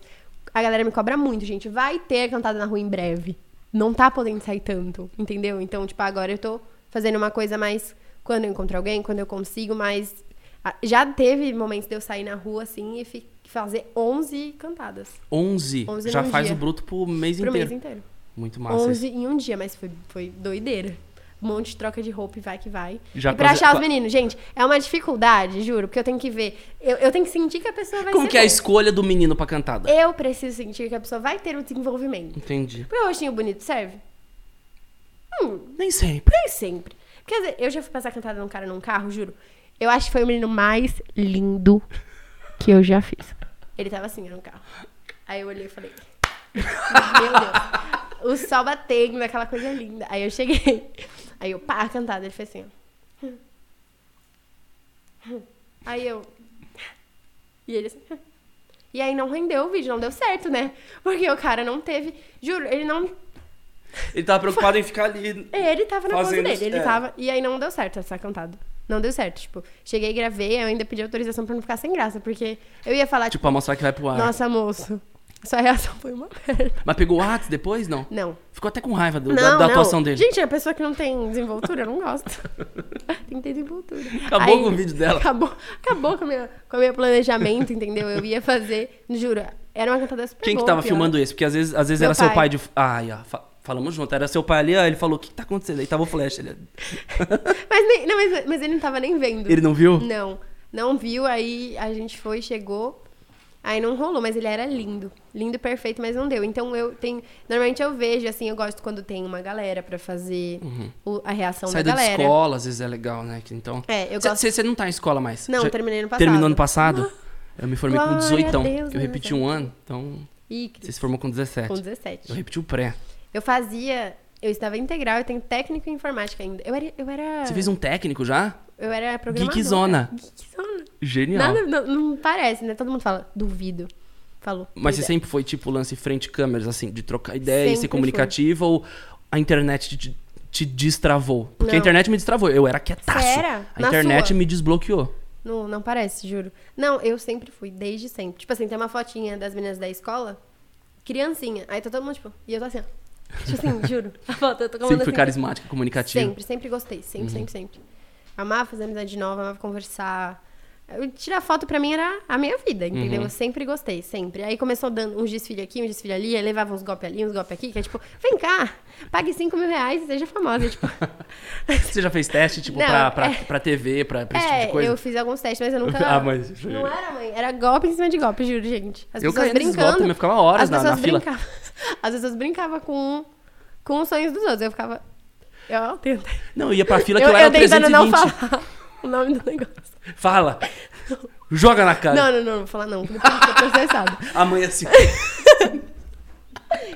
Speaker 2: a galera me cobra muito, gente. Vai ter cantada na rua em breve. Não tá podendo sair tanto, entendeu? Então, tipo, agora eu tô fazendo uma coisa mais quando eu encontro alguém, quando eu consigo, mas ah, já teve momentos de eu sair na rua assim e fi- fazer 11 cantadas
Speaker 1: 11.
Speaker 2: 11
Speaker 1: já
Speaker 2: num
Speaker 1: faz
Speaker 2: dia.
Speaker 1: o bruto pro mês
Speaker 2: pro
Speaker 1: inteiro.
Speaker 2: mês inteiro.
Speaker 1: Muito massa.
Speaker 2: 11 em um dia, mas foi, foi doideira. Um monte de troca de roupa e vai que vai.
Speaker 1: Já
Speaker 2: e pra
Speaker 1: quase-
Speaker 2: achar os meninos, gente, é uma dificuldade, juro, porque eu tenho que ver. Eu, eu tenho que sentir que a pessoa vai
Speaker 1: Como
Speaker 2: ser É.
Speaker 1: que é a
Speaker 2: boa.
Speaker 1: escolha do menino pra cantada?
Speaker 2: Eu preciso sentir que a pessoa vai ter um desenvolvimento.
Speaker 1: Entendi.
Speaker 2: Porque o rostinho bonito serve? Hum,
Speaker 1: Nem sempre.
Speaker 2: nem sempre. Quer dizer, eu já fui passar cantada num cara num carro, juro. Eu acho que foi o menino mais lindo que eu já fiz. Ele tava assim, no carro. Aí eu olhei e falei. Meu Deus. O sol batendo, aquela coisa linda. Aí eu cheguei. Aí eu, pá, cantada. Ele fez assim, ó. Aí eu. E ele assim. E aí não rendeu o vídeo, não deu certo, né? Porque o cara não teve. Juro, ele não
Speaker 1: Ele tava preocupado em ficar ali.
Speaker 2: ele tava na
Speaker 1: Fazendo-
Speaker 2: pose dele, ele
Speaker 1: é.
Speaker 2: tava. E aí não deu certo essa cantada. Não deu certo. Tipo, cheguei, gravei, eu ainda pedi autorização pra não ficar sem graça, porque eu ia falar, tipo,
Speaker 1: Tipo, pra mostrar que vai pro ar.
Speaker 2: nossa, moço, sua reação foi uma merda.
Speaker 1: Mas pegou o ato depois? Não.
Speaker 2: Não.
Speaker 1: Ficou até com raiva do-
Speaker 2: Não,
Speaker 1: da, da
Speaker 2: não.
Speaker 1: atuação dele.
Speaker 2: Gente, é uma pessoa que não tem desenvoltura, eu não gosto. tem que ter desenvoltura.
Speaker 1: Acabou com o vídeo dela.
Speaker 2: Acabou, acabou com o meu, com o meu planejamento, entendeu? Eu ia fazer, juro, era uma cantada super
Speaker 1: Quem que
Speaker 2: boa,
Speaker 1: tava
Speaker 2: pior.
Speaker 1: filmando esse? Porque às vezes, às vezes
Speaker 2: Meu
Speaker 1: era seu
Speaker 2: pai.
Speaker 1: pai de. Ai, ó, fa- falamos junto. Era seu pai ali, ó, ele falou: o que tá acontecendo? Aí tava o flash. Ele,
Speaker 2: Mas, nem- não, mas, mas ele não tava nem vendo.
Speaker 1: ele não viu?
Speaker 2: Não, não viu, aí a gente foi, chegou, aí não rolou, mas ele era lindo, lindo, perfeito, mas não deu. Então eu tenho, normalmente eu vejo, assim, eu gosto quando tem uma galera pra fazer o- a reação
Speaker 1: Saída
Speaker 2: da
Speaker 1: de
Speaker 2: galera.
Speaker 1: Uhum. escola, às vezes é legal, né? que Então.
Speaker 2: É, eu gosto-
Speaker 1: Você não tá em escola mais?
Speaker 2: Não, terminei ano passado.
Speaker 1: Terminou ano passado? Eu me formei com
Speaker 2: Glória a
Speaker 1: 18.
Speaker 2: Deus,
Speaker 1: eu
Speaker 2: né,
Speaker 1: repeti um ano, então.
Speaker 2: Ih,
Speaker 1: Você
Speaker 2: Cris,
Speaker 1: se formou com 17.
Speaker 2: com
Speaker 1: Eu
Speaker 2: 17.
Speaker 1: repeti o pré.
Speaker 2: Eu fazia Eu estava integral, eu tenho técnico em informática ainda. Eu era. Eu era,
Speaker 1: Você fez um técnico já?
Speaker 2: eu era programadora.
Speaker 1: Geekzona.
Speaker 2: Geekzona.
Speaker 1: Genial.
Speaker 2: Nada, não, não parece, né? Todo mundo fala, duvido. Falou.
Speaker 1: Mas você
Speaker 2: duvido.
Speaker 1: sempre foi tipo lance frente câmeras, assim, de trocar ideia e ser
Speaker 2: é. Sempre
Speaker 1: comunicativa ou a internet te, te destravou? Porque a
Speaker 2: Não.
Speaker 1: internet me destravou, eu era quietaço.
Speaker 2: Você era?
Speaker 1: A
Speaker 2: Na
Speaker 1: internet
Speaker 2: sua?
Speaker 1: me desbloqueou.
Speaker 2: Não, não parece, juro. Não, eu sempre fui, desde sempre. Tipo assim, tem uma fotinha das meninas da escola, criancinha. Aí tá todo mundo, tipo, e eu tô assim, ó. Tipo assim, juro. A foto, eu tô
Speaker 1: sempre fui
Speaker 2: comendo
Speaker 1: Uhum.
Speaker 2: assim,
Speaker 1: carismática, comunicativa.
Speaker 2: Sempre, sempre gostei. Sempre, sempre, sempre. Amava fazer amizade nova, amava conversar. Eu- tirar foto pra mim era a minha vida, entendeu?
Speaker 1: Uhum.
Speaker 2: Eu sempre gostei, sempre. Aí começou dando uns desfile aqui, uns desfile ali, aí levava uns golpes ali, uns golpes aqui, que é tipo, vem cá, pague 5 mil reais e seja famosa. Tipo,
Speaker 1: Você já fez teste, tipo,
Speaker 2: Não,
Speaker 1: pra, pra,
Speaker 2: é-
Speaker 1: pra TV, pra, pra esse tipo de
Speaker 2: é,
Speaker 1: coisa?
Speaker 2: eu fiz alguns testes, mas eu nunca.
Speaker 1: Ah, mas-
Speaker 2: Não era, mãe. Era golpe em cima de golpe, juro, gente. As
Speaker 1: Eu
Speaker 2: pessoas
Speaker 1: caí nesses
Speaker 2: brincando.
Speaker 1: golpes também, eu ficava horas
Speaker 2: as
Speaker 1: na-
Speaker 2: pessoas
Speaker 1: na fila.
Speaker 2: brincavam. As pessoas brincavam com, com os sonhos dos outros. Eu ficava. Eu tentei.
Speaker 1: Não, eu ia pra fila que
Speaker 2: Eu,
Speaker 1: eu, era
Speaker 2: eu tentando
Speaker 1: 320.
Speaker 2: não falar o nome do negócio.
Speaker 1: Fala! Joga na cara!
Speaker 2: Não, não, não, não vou falar não. que Depois eu sou processada.
Speaker 1: Amanhã assim.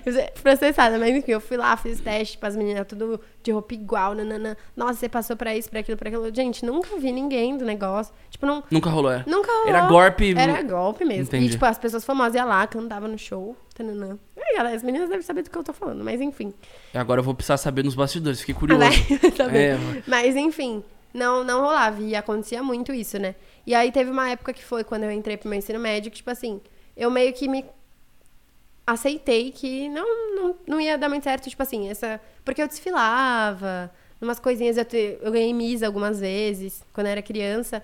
Speaker 2: Eu sou processada, mas enfim, eu fui lá, fiz teste pras meninas, tudo de roupa igual, nanana. Nossa, você passou pra isso, pra aquilo, pra aquilo. Gente, nunca vi ninguém do negócio. Tipo, não,
Speaker 1: Nunca rolou, é?
Speaker 2: Nunca rolou.
Speaker 1: Era golpe.
Speaker 2: Era golpe mesmo.
Speaker 1: Entendi.
Speaker 2: E, tipo, as pessoas famosas iam lá, cantavam no show. Tananã. Ai, galera, as meninas devem saber do que eu tô falando, mas enfim.
Speaker 1: Agora eu vou precisar saber nos bastidores, fiquei
Speaker 2: Ah,
Speaker 1: curioso.
Speaker 2: vai, tá bem.
Speaker 1: É.
Speaker 2: Mas enfim, não, não rolava. E acontecia muito isso, né? E aí teve uma época que foi quando eu entrei pro meu ensino médio, que, tipo assim, eu meio que me aceitei que não, não, não ia dar muito certo, tipo assim, essa. Porque eu desfilava, umas coisinhas, eu, te- eu ganhei Miss algumas vezes, quando eu era criança.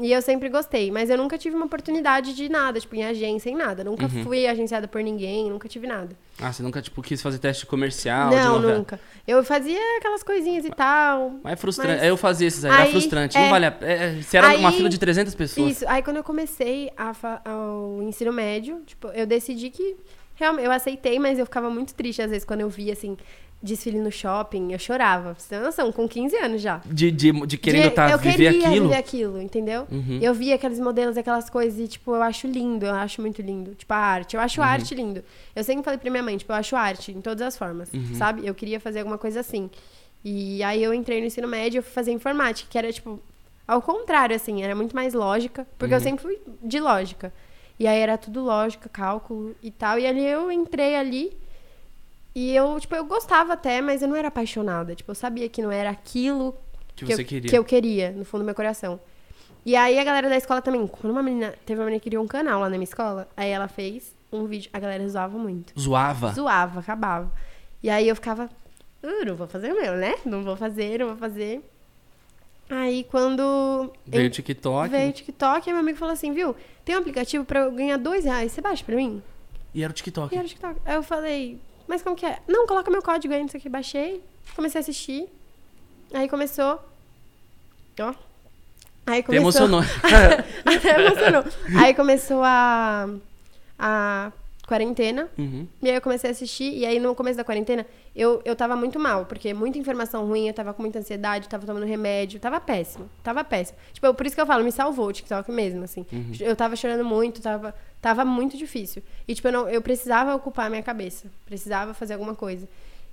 Speaker 2: E eu sempre gostei, mas eu nunca tive uma oportunidade de nada, tipo, em agência, em nada. Nunca fui agenciada por ninguém, nunca tive nada.
Speaker 1: Ah, você nunca, tipo, quis fazer teste comercial? de
Speaker 2: não,
Speaker 1: novela?
Speaker 2: nunca. Eu fazia aquelas coisinhas e tal.
Speaker 1: Mas é frustrante.
Speaker 2: Mas-
Speaker 1: Eu fazia esses aí, era
Speaker 2: Aí,
Speaker 1: frustrante.
Speaker 2: é.
Speaker 1: Não vale a pena. Se era
Speaker 2: Aí-
Speaker 1: uma fila de 300 pessoas.
Speaker 2: Isso. Aí quando eu comecei a fa- ao ensino médio, tipo, eu decidi que realmente eu aceitei, mas eu ficava muito triste às vezes quando eu via assim desfile no shopping, eu chorava. Pra Você tem noção, com 15 anos já.
Speaker 1: De, de, de querendo
Speaker 2: De-
Speaker 1: tá,
Speaker 2: eu
Speaker 1: viver
Speaker 2: queria
Speaker 1: aquilo.
Speaker 2: viver aquilo, entendeu?
Speaker 1: Uhum.
Speaker 2: Eu via aqueles modelos, aquelas coisas e tipo, eu acho lindo, eu acho muito lindo, tipo a arte, eu acho a arte lindo. Eu sempre falei pra minha mãe, tipo, eu acho arte em todas as formas, sabe? Eu queria fazer alguma coisa assim. E aí eu entrei no ensino médio, eu fui fazer informática, que era tipo ao contrário assim, era muito mais lógica, porque eu sempre fui de lógica. E aí era tudo lógica, cálculo e tal. E ali eu entrei ali e eu, tipo, eu gostava até, mas eu não era apaixonada. Tipo, eu sabia que não era aquilo
Speaker 1: Que você
Speaker 2: eu,
Speaker 1: queria.
Speaker 2: que eu queria, no fundo do meu coração. E aí a galera da escola também, quando uma menina, teve uma menina que criou um canal lá na minha escola, aí ela fez um vídeo, a galera zoava muito.
Speaker 1: Zoava.
Speaker 2: Zoava, acabava. E aí eu ficava, "Ah, não vou fazer o meu, né? Não vou fazer, não vou fazer. Aí quando
Speaker 1: Veio o
Speaker 2: eu-
Speaker 1: TikTok. né?
Speaker 2: veio o TikTok, aí meu amigo falou assim, viu? Tem um aplicativo pra eu ganhar dois reais, você baixa pra mim?
Speaker 1: E era o TikTok.
Speaker 2: E era o TikTok. Aí eu falei, mas como que é? Não, coloca meu código aí, não sei o que. Baixei, comecei a assistir. Aí começou. Ó. Aí
Speaker 1: Até
Speaker 2: começou.
Speaker 1: emocionou.
Speaker 2: Até emocionou. Aí começou a. a quarentena.
Speaker 1: Uhum.
Speaker 2: E aí eu comecei a assistir, e aí no começo da quarentena eu, eu tava muito mal, porque muita informação ruim, eu tava com muita ansiedade, tava tomando remédio, tava péssimo, tava péssimo. Tipo, eu- por isso que eu falo, me salvou o TikTok mesmo, assim. Eu tava chorando muito, tava, tava muito difícil. E tipo, eu, não, eu precisava ocupar a minha cabeça, precisava fazer alguma coisa.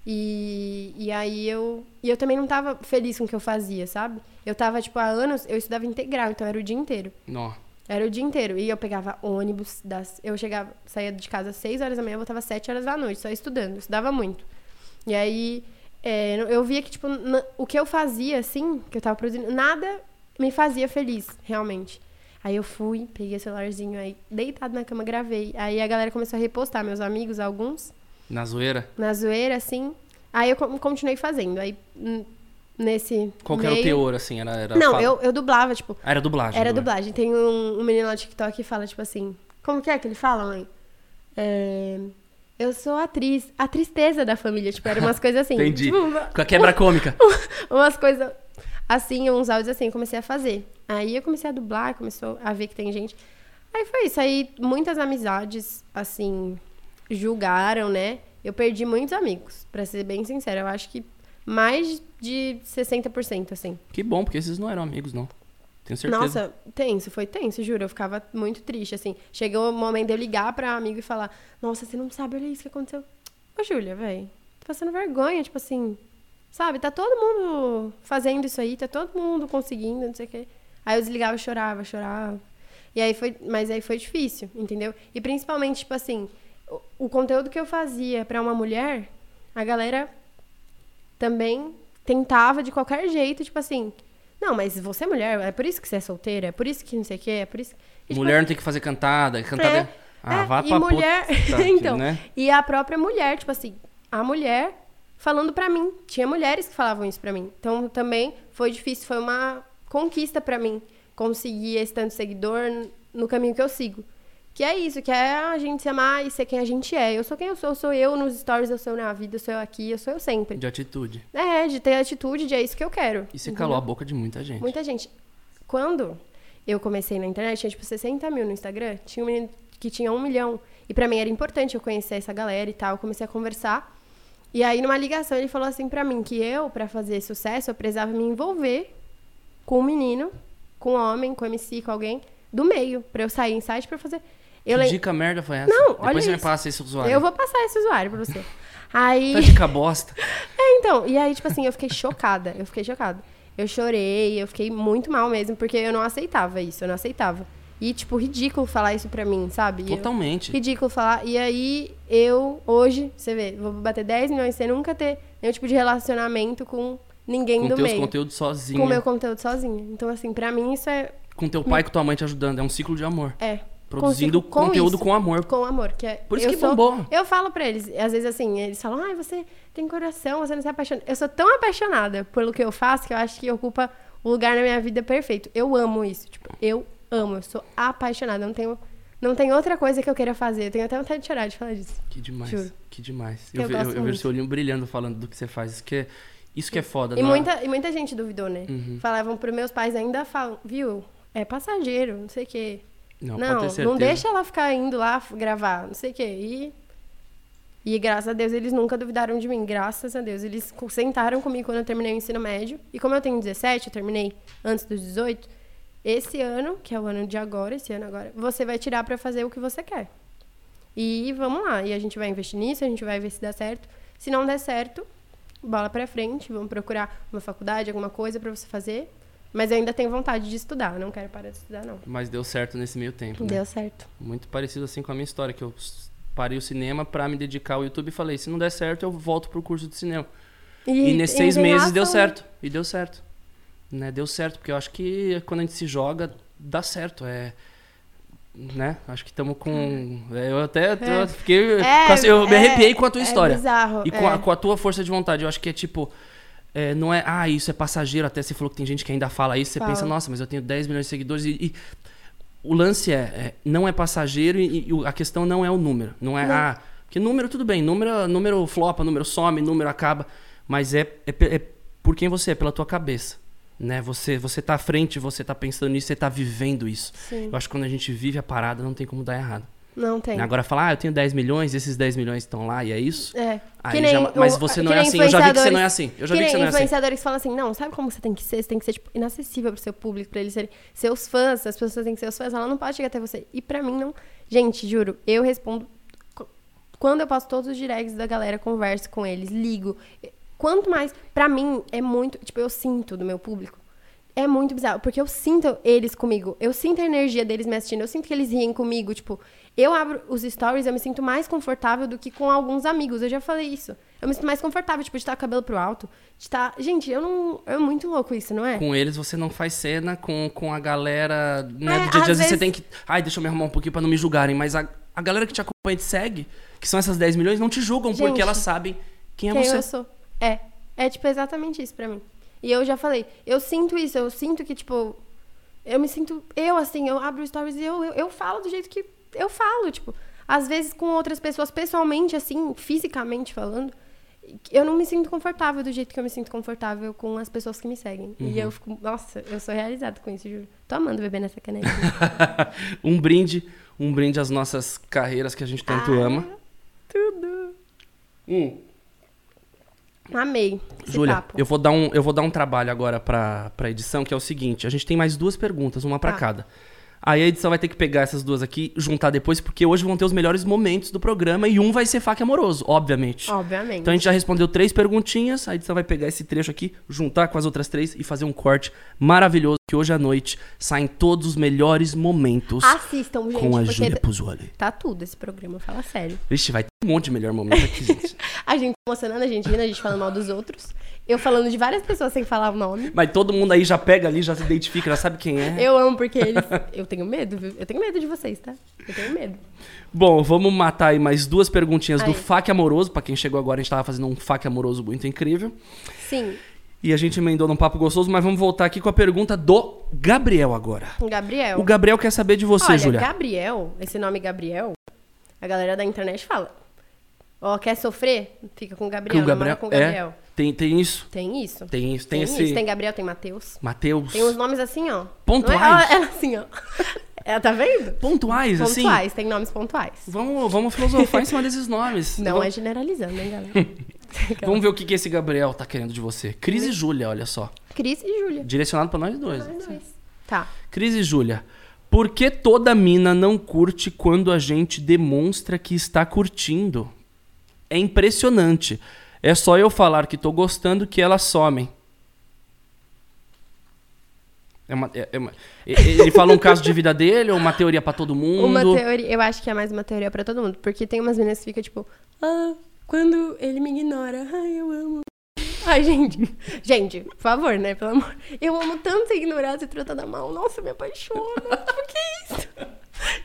Speaker 2: E, e aí eu. E eu também não tava feliz com o que eu fazia, sabe? Eu tava, tipo, há anos, eu estudava integral, então era o dia inteiro.
Speaker 1: Nó.
Speaker 2: Era o dia inteiro. E eu pegava ônibus, das... eu chegava, saía de casa às 6 horas da manhã, voltava às 7 horas da noite, só estudando. Estudava muito. E aí é, eu via que, tipo, na- o que eu fazia, assim, que eu tava produzindo, nada me fazia feliz, realmente. Aí eu fui, peguei o celularzinho, aí deitado na cama, gravei. Aí a galera começou a repostar, meus amigos, alguns
Speaker 1: Na zoeira.
Speaker 2: na zoeira, assim. Aí eu co- continuei fazendo. Aí n- nesse.
Speaker 1: Qual que era
Speaker 2: meio...
Speaker 1: o teor, assim? Era, era
Speaker 2: Não,
Speaker 1: fala-
Speaker 2: eu, eu dublava, tipo,
Speaker 1: Ah, Era dublagem.
Speaker 2: era
Speaker 1: não é?
Speaker 2: dublagem. Tem um, um menino lá no TikTok que fala, tipo assim. Como que é que ele fala, mãe? É, eu sou atriz. A tristeza da família. Tipo, era umas coisas assim.
Speaker 1: Entendi.
Speaker 2: Tipo, uma-
Speaker 1: Com a quebra cômica.
Speaker 2: umas coisas assim, uns áudios assim, eu comecei a fazer. Aí eu comecei a dublar, começou a ver que tem gente. Aí foi isso. Aí muitas amizades, assim, julgaram, né? Eu perdi muitos amigos, pra ser bem sincera. Eu acho que mais de 60%, assim.
Speaker 1: que bom, porque esses não eram amigos, não. Tenho certeza.
Speaker 2: Nossa, tenso, foi tenso, juro. Eu ficava muito triste, assim. Chegou o momento de eu ligar pra amigo e falar: Nossa, você não sabe, olha isso que aconteceu. Ô, Júlia, véi, passando vergonha, tipo assim. Sabe, tá todo mundo fazendo isso aí, tá todo mundo conseguindo, não sei o quê. Aí eu desligava e chorava, chorava. E aí foi, mas aí foi difícil, entendeu? E principalmente, tipo assim, o, o conteúdo que eu fazia pra uma mulher, a galera também tentava de qualquer jeito, tipo assim, não, mas você é mulher, é por isso que você é solteira, é por isso que não sei o quê, é por isso que... E, tipo,
Speaker 1: mulher não tem que fazer cantada, cantada.
Speaker 2: É,
Speaker 1: Ah,
Speaker 2: é,
Speaker 1: vá
Speaker 2: e
Speaker 1: pra
Speaker 2: mulher-
Speaker 1: puta que,
Speaker 2: Então,
Speaker 1: né?
Speaker 2: E a própria mulher, tipo assim, a mulher falando pra mim. Tinha mulheres que falavam isso pra mim. Então também foi difícil, foi uma conquista pra mim conseguir esse tanto de seguidor n- no caminho que eu sigo. Que é isso, que é a gente se amar e ser quem a gente é. Eu sou quem eu sou, eu sou eu nos stories, eu sou na vida, eu sou eu aqui, eu sou eu sempre.
Speaker 1: De atitude.
Speaker 2: É, de ter atitude, de é isso que eu quero.
Speaker 1: E você
Speaker 2: entendeu?
Speaker 1: calou a boca de muita gente.
Speaker 2: Muita gente. Quando eu comecei na internet, tinha tipo 60 mil no Instagram. Tinha um menino que tinha um milhão. E pra mim era importante eu conhecer essa galera e tal. Eu comecei a conversar. E aí, numa ligação, ele falou assim pra mim que eu, pra fazer sucesso, eu precisava me envolver com um menino, com um homem, com um MC, com alguém do meio, pra eu sair em site pra fazer. Eu
Speaker 1: que
Speaker 2: lem-
Speaker 1: dica merda foi essa?
Speaker 2: Não,
Speaker 1: Depois
Speaker 2: olha
Speaker 1: você me
Speaker 2: isso.
Speaker 1: passa esse usuário.
Speaker 2: Eu vou passar esse usuário pra você. Aí.
Speaker 1: Tá dica bosta.
Speaker 2: É, então, e aí, tipo assim, eu fiquei chocada, eu fiquei chocada. Eu chorei, eu fiquei muito mal mesmo, porque eu não aceitava isso, eu não aceitava. E, tipo, ridículo falar isso pra mim, sabe? E eu-
Speaker 1: Totalmente.
Speaker 2: Ridículo falar. E aí, eu, hoje, você vê, vou bater 10 milhões sem nunca ter nenhum tipo de relacionamento com ninguém
Speaker 1: Com
Speaker 2: do
Speaker 1: teus né?
Speaker 2: meio.
Speaker 1: conteúdos sozinho.
Speaker 2: Com meu conteúdo sozinha. Então, assim, pra mim isso é.
Speaker 1: Com teu pai e com tua mãe te ajudando. É um ciclo de amor.
Speaker 2: é
Speaker 1: Produzindo
Speaker 2: consigo- com
Speaker 1: conteúdo
Speaker 2: isso.
Speaker 1: com amor.
Speaker 2: Com amor, que é.
Speaker 1: Por isso
Speaker 2: eu
Speaker 1: que
Speaker 2: sou-
Speaker 1: bombou.
Speaker 2: Eu falo pra eles, às vezes assim, eles falam, ai, você tem coração, você não se apaixona. Eu sou tão apaixonada pelo que eu faço que eu acho que ocupa o lugar na minha vida perfeito. Eu amo isso, tipo, eu amo, eu sou apaixonada, eu não tenho. Não tem outra coisa que eu queira fazer. Eu tenho até vontade de chorar de falar disso.
Speaker 1: Que demais.
Speaker 2: Juro.
Speaker 1: Que demais.
Speaker 2: Eu
Speaker 1: Eu, ve- eu,
Speaker 2: gosto
Speaker 1: eu vejo
Speaker 2: muito.
Speaker 1: seu olhinho brilhando falando do que você faz. Isso que é, isso que é foda.
Speaker 2: E
Speaker 1: não é? Uhum.
Speaker 2: muita, e muita gente duvidou, né? Falavam pros meus pais, ainda falam, viu? É passageiro, não sei o quê.
Speaker 1: Não, pode ter
Speaker 2: Não,
Speaker 1: certeza.
Speaker 2: não deixa ela ficar indo lá f- gravar, não sei o quê. E, e graças a Deus eles nunca duvidaram de mim, graças a Deus. Eles co- sentaram comigo quando eu terminei o ensino médio. E como eu tenho 17, eu terminei antes dos 18, esse ano, que é o ano de agora, esse ano agora, você vai tirar pra fazer o que você quer. E vamos lá, e a gente vai investir nisso, a gente vai ver se dá certo. Se não der certo, bola pra frente, vamos procurar uma faculdade, alguma coisa pra você fazer. Mas eu ainda tenho vontade de estudar, não quero parar de estudar não.
Speaker 1: Mas deu certo nesse meio tempo. né?
Speaker 2: Deu certo.
Speaker 1: Muito parecido assim com a minha história, que eu s- parei o cinema pra me dedicar ao YouTube e falei, se não der certo, eu volto pro curso de cinema. E, nesses seis
Speaker 2: ganhar
Speaker 1: meses deu
Speaker 2: são-
Speaker 1: certo. E deu certo. Né? Deu certo, porque eu acho que quando a gente se joga, dá certo. É. Né? Acho que estamos com. é, Eu até eu
Speaker 2: É.
Speaker 1: fiquei.
Speaker 2: É,
Speaker 1: com a- eu me
Speaker 2: é-
Speaker 1: arrepiei com a tua história.
Speaker 2: É bizarro.
Speaker 1: E com, a,
Speaker 2: é.
Speaker 1: com a tua força de vontade, eu acho que é tipo. é, não é, ah, isso é passageiro. Até você falou que tem gente que ainda fala isso. Você
Speaker 2: Fala.
Speaker 1: pensa, nossa, mas eu tenho 10 milhões de seguidores. E, e o lance é, é, não é passageiro e, e o- a questão não é o número. Não é, ah, porque número tudo bem. Número, número flopa, número some, número acaba. Mas é, é pe- é por quem você é, pela tua cabeça. Né? Você, você tá à frente, você tá pensando nisso, você tá vivendo isso.
Speaker 2: Sim.
Speaker 1: Eu acho que quando a gente vive a parada, não tem como dar errado.
Speaker 2: Não tem.
Speaker 1: Agora falar, ah, eu tenho 10 milhões, esses 10 milhões estão lá e é isso.
Speaker 2: É.
Speaker 1: Aí já- mas você não é assim, eu já vi que você não é assim, eu já vi
Speaker 2: nem
Speaker 1: que você não é assim.
Speaker 2: influenciadores que falam assim, não, sabe como você tem que ser? Você tem que ser, tipo, inacessível pro seu público, pra eles serem seus fãs, as pessoas têm que ser seus fãs, ela não pode chegar até você. E pra mim, não... Gente, juro, eu respondo... co- Quando eu passo todos os directs da galera, converso com eles, ligo. Quanto mais... Pra mim, é muito... Tipo, eu sinto do meu público. É muito bizarro, porque eu sinto eles comigo. Eu sinto a energia deles me assistindo. Eu sinto que eles riem comigo. Tipo, eu abro os stories, eu me sinto mais confortável do que com alguns amigos. Eu já falei isso. Eu me sinto mais confortável, tipo, de estar com o cabelo pro alto. De estar. Gente, eu não. É muito louco isso, não é?
Speaker 1: Com eles você não faz cena, com, com a galera né,
Speaker 2: É,
Speaker 1: do dia a dia, às
Speaker 2: às
Speaker 1: vezes você
Speaker 2: vezes-
Speaker 1: tem que. Ai, deixa eu me arrumar um pouquinho pra não me julgarem, mas a, a galera que te acompanha e te segue, que são essas 10 milhões, não te julgam porque
Speaker 2: Gente,
Speaker 1: elas sabem quem é
Speaker 2: Quem
Speaker 1: você.
Speaker 2: eu sou. É. É, tipo, exatamente isso pra mim. E eu já falei, eu sinto isso, eu sinto que, tipo, eu me sinto eu, assim, eu abro stories e eu, eu, eu falo do jeito que eu falo, tipo, às vezes com outras pessoas, pessoalmente, assim, fisicamente falando, eu não me sinto confortável do jeito que eu me sinto confortável com as pessoas que me seguem.
Speaker 1: Uhum.
Speaker 2: E eu fico, nossa, eu sou realizada com isso, juro. Tô amando beber nessa caneca.
Speaker 1: um brinde, um brinde às nossas carreiras que a gente tanto
Speaker 2: Ah,
Speaker 1: ama.
Speaker 2: Tudo.
Speaker 1: Hum.
Speaker 2: Amei. esse
Speaker 1: Júlia,
Speaker 2: papo.
Speaker 1: eu vou dar um eu vou dar um trabalho agora pra para edição, que é o seguinte, a gente tem mais duas perguntas, uma pra
Speaker 2: Tá.
Speaker 1: cada. Aí a edição vai ter que pegar essas duas aqui, juntar depois, porque hoje vão ter os melhores momentos do programa e um vai ser faca amoroso, obviamente.
Speaker 2: Obviamente.
Speaker 1: Então a gente já respondeu três perguntinhas, a edição vai pegar esse trecho aqui, juntar com as outras três e fazer um corte maravilhoso que hoje à noite saem todos os melhores momentos
Speaker 2: Assistam, Ah, gente,
Speaker 1: com a
Speaker 2: porque
Speaker 1: Júlia Puzzuoli.
Speaker 2: tá tudo esse programa, fala sério.
Speaker 1: Vixe, vai ter um monte de melhor momento aqui, gente.
Speaker 2: A gente emocionando, a gente rindo, a gente falando mal dos outros. Eu falando de várias pessoas sem falar o nome.
Speaker 1: Mas todo mundo aí já pega ali, já se identifica, já sabe quem é.
Speaker 2: Eu amo porque eles. Eu tenho medo, viu? Eu tenho medo de vocês, tá? Eu tenho medo.
Speaker 1: Bom, vamos matar aí mais duas perguntinhas do
Speaker 2: Aí.
Speaker 1: fac amoroso. Pra quem chegou agora, a gente tava fazendo um fac amoroso muito incrível.
Speaker 2: Sim,
Speaker 1: E a gente emendou num papo gostoso, mas vamos voltar aqui com a pergunta do Gabriel agora.
Speaker 2: o Gabriel.
Speaker 1: O Gabriel quer saber de você,
Speaker 2: Olha,
Speaker 1: Júlia.
Speaker 2: Gabriel, esse nome Gabriel, a galera da internet fala. Ó, quer sofrer? Fica com o
Speaker 1: Que
Speaker 2: Gabriel,
Speaker 1: o Gabriel
Speaker 2: namora com o
Speaker 1: é.
Speaker 2: Gabriel.
Speaker 1: Tem, tem isso.
Speaker 2: Tem isso.
Speaker 1: Tem isso. Tem, esse.
Speaker 2: Tem Gabriel, tem Matheus.
Speaker 1: Matheus.
Speaker 2: Tem uns nomes assim, ó.
Speaker 1: Pontuais.
Speaker 2: Não é- Ela, ela assim, ó. Ela tá vendo?
Speaker 1: Pontuais, assim.
Speaker 2: Pontuais, tem nomes pontuais.
Speaker 1: Vamos, vamos filosofar em cima desses nomes.
Speaker 2: Não
Speaker 1: vamos,
Speaker 2: é generalizando, hein, galera?
Speaker 1: vamos ver o que, que esse Gabriel tá querendo de você. Cris
Speaker 2: Hum.
Speaker 1: e Júlia, olha só.
Speaker 2: Cris e Júlia.
Speaker 1: Direcionado pra nós dois.
Speaker 2: Tá.
Speaker 1: Cris e Júlia, por que toda mina não curte quando a gente demonstra que está curtindo? É impressionante. É só eu falar que tô gostando que elas somem. É uma- é- é uma- e- e- ele fala um caso de vida dele ou uma teoria pra todo mundo?
Speaker 2: Uma teoria, eu acho que é mais uma teoria pra todo mundo, porque tem umas meninas que ficam tipo, ah, quando ele me ignora, ai, eu amo. Ai, gente, gente, por favor, né, pelo amor. Eu amo tanto ser ignorada ser tratada mal. Nossa, eu me apaixona. tipo, que isso?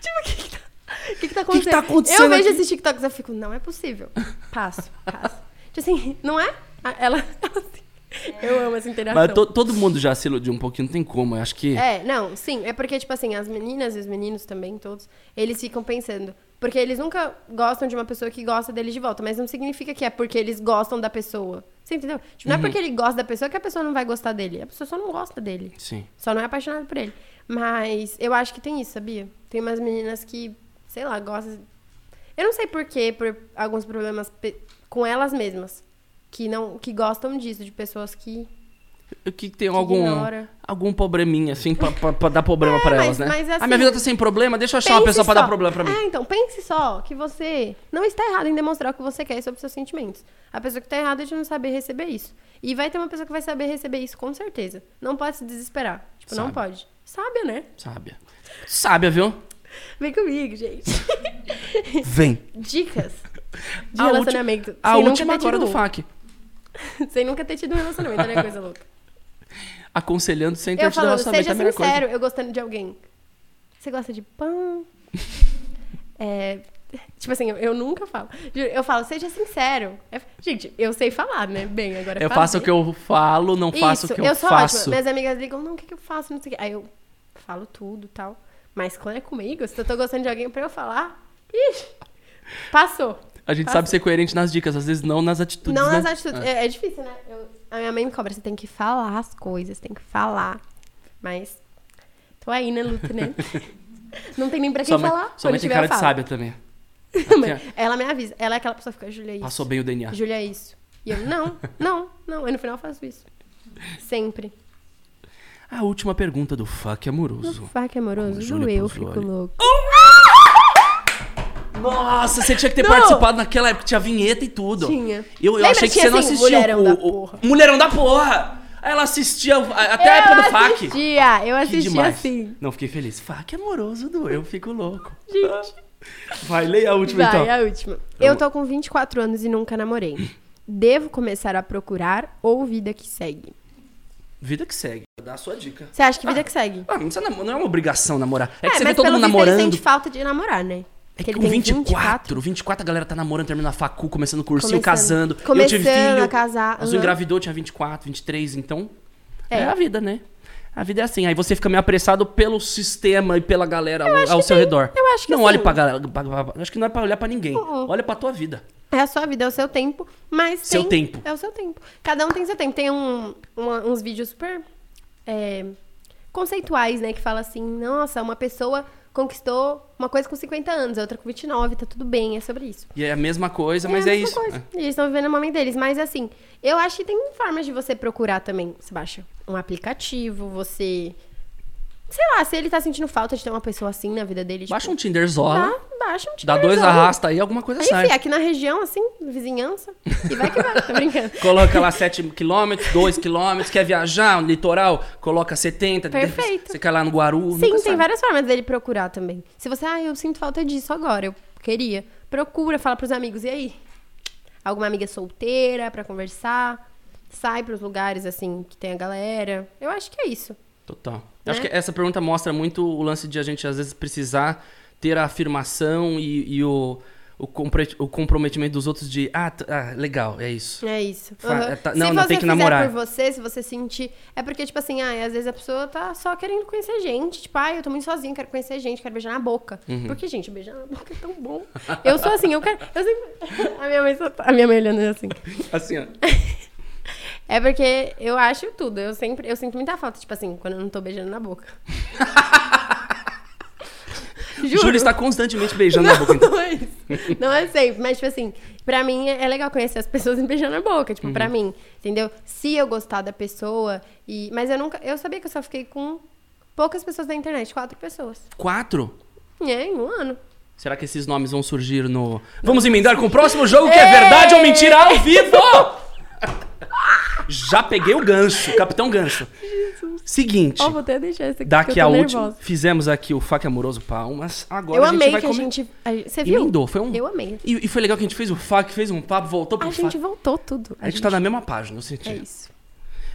Speaker 2: Tipo, o que que tá... O que, que tá acontecendo?
Speaker 1: que tá acontecendo
Speaker 2: eu
Speaker 1: aqui?
Speaker 2: vejo esses TikToks e fico, não é possível. Passo, passo. Tipo assim, não é? Ah, Ela, ela assim, eu amo essa interação.
Speaker 1: Mas to- todo mundo já se iludiu um pouquinho, não tem como. Eu acho que.
Speaker 2: É, não, sim. É porque, tipo assim, as meninas e os meninos também, todos, eles ficam pensando. Porque eles nunca gostam de uma pessoa que gosta deles de volta, mas não significa que é porque eles gostam da pessoa. Você entendeu? Tipo, não é porque ele gosta da pessoa que a pessoa não vai gostar dele. A pessoa só não gosta dele.
Speaker 1: Sim.
Speaker 2: Só não é apaixonada por ele. Mas eu acho que tem isso, sabia? Tem umas meninas que, sei lá, gostam. Eu não sei porquê, por alguns problemas pe- com elas mesmas. Que, não, que gostam disso, de pessoas que.
Speaker 1: Eu Que tem algum.
Speaker 2: ignora.
Speaker 1: Algum probleminha, assim, pra, pra- pra dar problema pra
Speaker 2: mas-
Speaker 1: elas, né?
Speaker 2: mas assim-
Speaker 1: a minha vida tá sem problema, deixa eu achar uma
Speaker 2: Pense
Speaker 1: pessoa pra
Speaker 2: só.
Speaker 1: dar problema pra mim.
Speaker 2: É, então, pense só que você não está errado em demonstrar o que você quer sobre seus sentimentos. A pessoa que está errada é de não saber receber isso. E vai ter uma pessoa que vai saber receber isso, com certeza. Não pode se desesperar. Tipo, não
Speaker 1: Sabe.
Speaker 2: pode. Sábia, né?
Speaker 1: Sábia. Sábia, viu?
Speaker 2: Vem comigo, gente.
Speaker 1: Vem.
Speaker 2: Dicas de
Speaker 1: A ulti-
Speaker 2: relacionamento.
Speaker 1: A
Speaker 2: sem
Speaker 1: última
Speaker 2: nunca ter
Speaker 1: agora
Speaker 2: tido
Speaker 1: do FAC.
Speaker 2: um. Sem nunca ter tido um relacionamento, olha que coisa louca.
Speaker 1: Aconselhando sem ter
Speaker 2: Eu
Speaker 1: tido
Speaker 2: falando,
Speaker 1: relacionamento é
Speaker 2: seja
Speaker 1: a melhor coisa.
Speaker 2: sincero, eu gostando de alguém. Você gosta de pão? É, tipo assim, eu, eu nunca falo. Juro, Eu falo, seja sincero. É- gente, eu sei falar, né? Bem, agora
Speaker 1: É, Eu faço o que eu falo, não faço o que eu,
Speaker 2: sou
Speaker 1: faço.
Speaker 2: ótima. Minhas amigas ligam, não, o que, que eu faço? Não sei o que. Aí eu falo tudo e tal. Mas quando é comigo, se eu tô gostando de alguém pra eu falar, ixi, passou.
Speaker 1: A gente
Speaker 2: Faço.
Speaker 1: sabe ser coerente nas dicas, às vezes não nas atitudes.
Speaker 2: não
Speaker 1: né?
Speaker 2: nas atitudes. É, é difícil, né? Eu- a minha mãe me cobra, você tem que falar as coisas, tem que falar. Mas tô aí na luta, né? não tem nem pra quem
Speaker 1: Sua mãe,
Speaker 2: falar.
Speaker 1: sua mãe tem
Speaker 2: Quando tiver,
Speaker 1: cara de
Speaker 2: eu falo.
Speaker 1: sábia também.
Speaker 2: Mas ela me avisa. Ela é aquela pessoa que fica, Júlia, é isso.
Speaker 1: Passou bem o DNA.
Speaker 2: Júlia, é isso. E eu, não, não, não. Aí no final eu faço isso. Sempre.
Speaker 1: A última pergunta do FAC amoroso.
Speaker 2: Faca é amoroso,
Speaker 1: Júlia
Speaker 2: Júlia, eu
Speaker 1: Puzzuoli.
Speaker 2: fico louco.
Speaker 1: Nossa, você tinha que ter
Speaker 2: Não.
Speaker 1: participado naquela época, tinha vinheta e tudo.
Speaker 2: Tinha.
Speaker 1: Eu, eu
Speaker 2: Lembra
Speaker 1: achei
Speaker 2: que
Speaker 1: que, você
Speaker 2: tinha
Speaker 1: não
Speaker 2: assim,
Speaker 1: assistiu.
Speaker 2: Mulherão
Speaker 1: o-
Speaker 2: da
Speaker 1: o-
Speaker 2: porra?
Speaker 1: Mulherão da porra! Ela assistia a- até a época do
Speaker 2: eu
Speaker 1: FAC.
Speaker 2: assistia, eu
Speaker 1: Que
Speaker 2: assistia
Speaker 1: demais.
Speaker 2: assim.
Speaker 1: Não, fiquei feliz. FAC amoroso do Eu Fico Louco.
Speaker 2: Gente.
Speaker 1: Vai, leia a última
Speaker 2: Vai,
Speaker 1: então.
Speaker 2: a última. Eu tô com 24 anos e nunca namorei. Devo começar a procurar ou vida que segue?
Speaker 1: Vida que segue. Dá a sua dica.
Speaker 2: Você acha que vida que segue?
Speaker 1: Ah, não, precisa namo- não é uma obrigação namorar. É, que você
Speaker 2: mas
Speaker 1: vê todo
Speaker 2: pelo
Speaker 1: mundo
Speaker 2: visto ele
Speaker 1: namorando.
Speaker 2: sente falta de namorar, né?
Speaker 1: É
Speaker 2: Porque
Speaker 1: que
Speaker 2: ele
Speaker 1: com
Speaker 2: tem
Speaker 1: 24, 24, a galera tá namorando, terminando a facu, começando o cursinho, casando.
Speaker 2: Começando.
Speaker 1: eu tive
Speaker 2: Começando
Speaker 1: filho.
Speaker 2: a casar,
Speaker 1: Mas
Speaker 2: aham.
Speaker 1: eu engravidou, tinha 24, 23, então.
Speaker 2: É.
Speaker 1: É. a vida, né? A vida é assim. Aí você fica meio apressado pelo sistema e pela galera ao,
Speaker 2: acho
Speaker 1: ao
Speaker 2: que
Speaker 1: seu
Speaker 2: tem-
Speaker 1: redor.
Speaker 2: eu acho que
Speaker 1: Não
Speaker 2: sim.
Speaker 1: olhe pra galera. pra- pra- pra- Acho que não é pra olhar pra ninguém.
Speaker 2: Uh-uh.
Speaker 1: Olha pra tua vida.
Speaker 2: É a sua vida, é o seu tempo, mas
Speaker 1: Seu
Speaker 2: tem-
Speaker 1: tempo.
Speaker 2: É o seu tempo. Cada um tem seu tempo. Tem um, uma- uns vídeos super é, conceituais, né? Que fala assim, nossa, uma pessoa conquistou uma coisa com 50 anos, a outra com 29, tá tudo bem, é sobre isso.
Speaker 1: E é a mesma coisa, mas
Speaker 2: a
Speaker 1: é,
Speaker 2: mesma
Speaker 1: isso.
Speaker 2: coisa. E Eles estão vivendo o momento deles. Mas assim, eu acho que tem formas de você procurar também, você baixa um aplicativo, você Sei lá, se ele tá sentindo falta de ter uma pessoa assim na vida dele. Tipo,
Speaker 1: Baixa um Tinderzola,
Speaker 2: Tá, baixa um
Speaker 1: dá dois
Speaker 2: Tinderzão.
Speaker 1: arrasta aí, alguma coisa
Speaker 2: Aí,
Speaker 1: sai.
Speaker 2: fi, aqui na região, assim, vizinhança. E vai que vai, tô brincando.
Speaker 1: Coloca lá 7 quilômetros, 2 quilômetros, quer viajar, no litoral, coloca 70.
Speaker 2: Perfeito.
Speaker 1: Você quer lá no Guaru.
Speaker 2: Sim,
Speaker 1: nunca
Speaker 2: tem
Speaker 1: sabe.
Speaker 2: várias formas dele procurar também. Se você, ah, eu sinto falta disso agora, eu queria. Procura, fala pros amigos, e aí? Alguma amiga solteira pra conversar? Sai pros lugares, assim, que tem a galera. Eu acho que é isso.
Speaker 1: Total. Eu
Speaker 2: Né?
Speaker 1: Acho que essa pergunta mostra muito o lance de a gente, às vezes, precisar ter a afirmação e, e o, o, compre- o comprometimento dos outros de, ah, t- ah, legal, é isso.
Speaker 2: É isso.
Speaker 1: Fa-
Speaker 2: Aham.
Speaker 1: é, tá-
Speaker 2: se
Speaker 1: não,
Speaker 2: você
Speaker 1: não, tem que
Speaker 2: fizer
Speaker 1: namorar.
Speaker 2: por você, se você sentir. É porque, tipo assim, ah, às vezes a pessoa tá só querendo conhecer gente. Tipo, ah, eu tô muito sozinha, quero conhecer gente, quero beijar na boca.
Speaker 1: Uhum.
Speaker 2: Porque, gente, beijar na boca é tão bom. Eu sou assim, eu quero. Eu sempre... a, minha mãe só tá- a minha mãe olhando assim.
Speaker 1: Assim, ó.
Speaker 2: É porque eu acho tudo. Eu sempre. Eu sinto muita falta, tipo assim, quando eu não tô beijando na boca. Juro.
Speaker 1: Júlio está constantemente beijando na boca. então.
Speaker 2: Não é isso. Não é sempre. Mas, tipo assim, pra mim é é legal conhecer as pessoas e beijar na boca. Tipo,
Speaker 1: Uhum.
Speaker 2: pra mim. Entendeu? Se eu gostar da pessoa. E... Mas eu nunca. Eu sabia que eu só fiquei com poucas pessoas da internet, quatro pessoas.
Speaker 1: Quatro?
Speaker 2: E é, em um ano.
Speaker 1: Será que esses nomes vão surgir no. Vamos emendar com o próximo jogo que é verdade ou mentira ao vivo! Já peguei o gancho, Capitão Gancho. Seguinte,
Speaker 2: Ó, vou até deixar essa aqui. porque
Speaker 1: daqui
Speaker 2: eu
Speaker 1: a
Speaker 2: tô
Speaker 1: última.
Speaker 2: nervosa.
Speaker 1: Fizemos aqui o Faca Amoroso Palmas. Agora
Speaker 2: Eu
Speaker 1: a gente
Speaker 2: amei
Speaker 1: vai
Speaker 2: que a
Speaker 1: comer-
Speaker 2: gente. a gente- Você viu?
Speaker 1: Emendou, foi um.
Speaker 2: Eu amei.
Speaker 1: E, e foi legal que a gente fez o Faca, fez um papo, voltou pro
Speaker 2: A
Speaker 1: Faca.
Speaker 2: gente voltou tudo.
Speaker 1: A gente tá na mesma página, eu senti.
Speaker 2: É isso.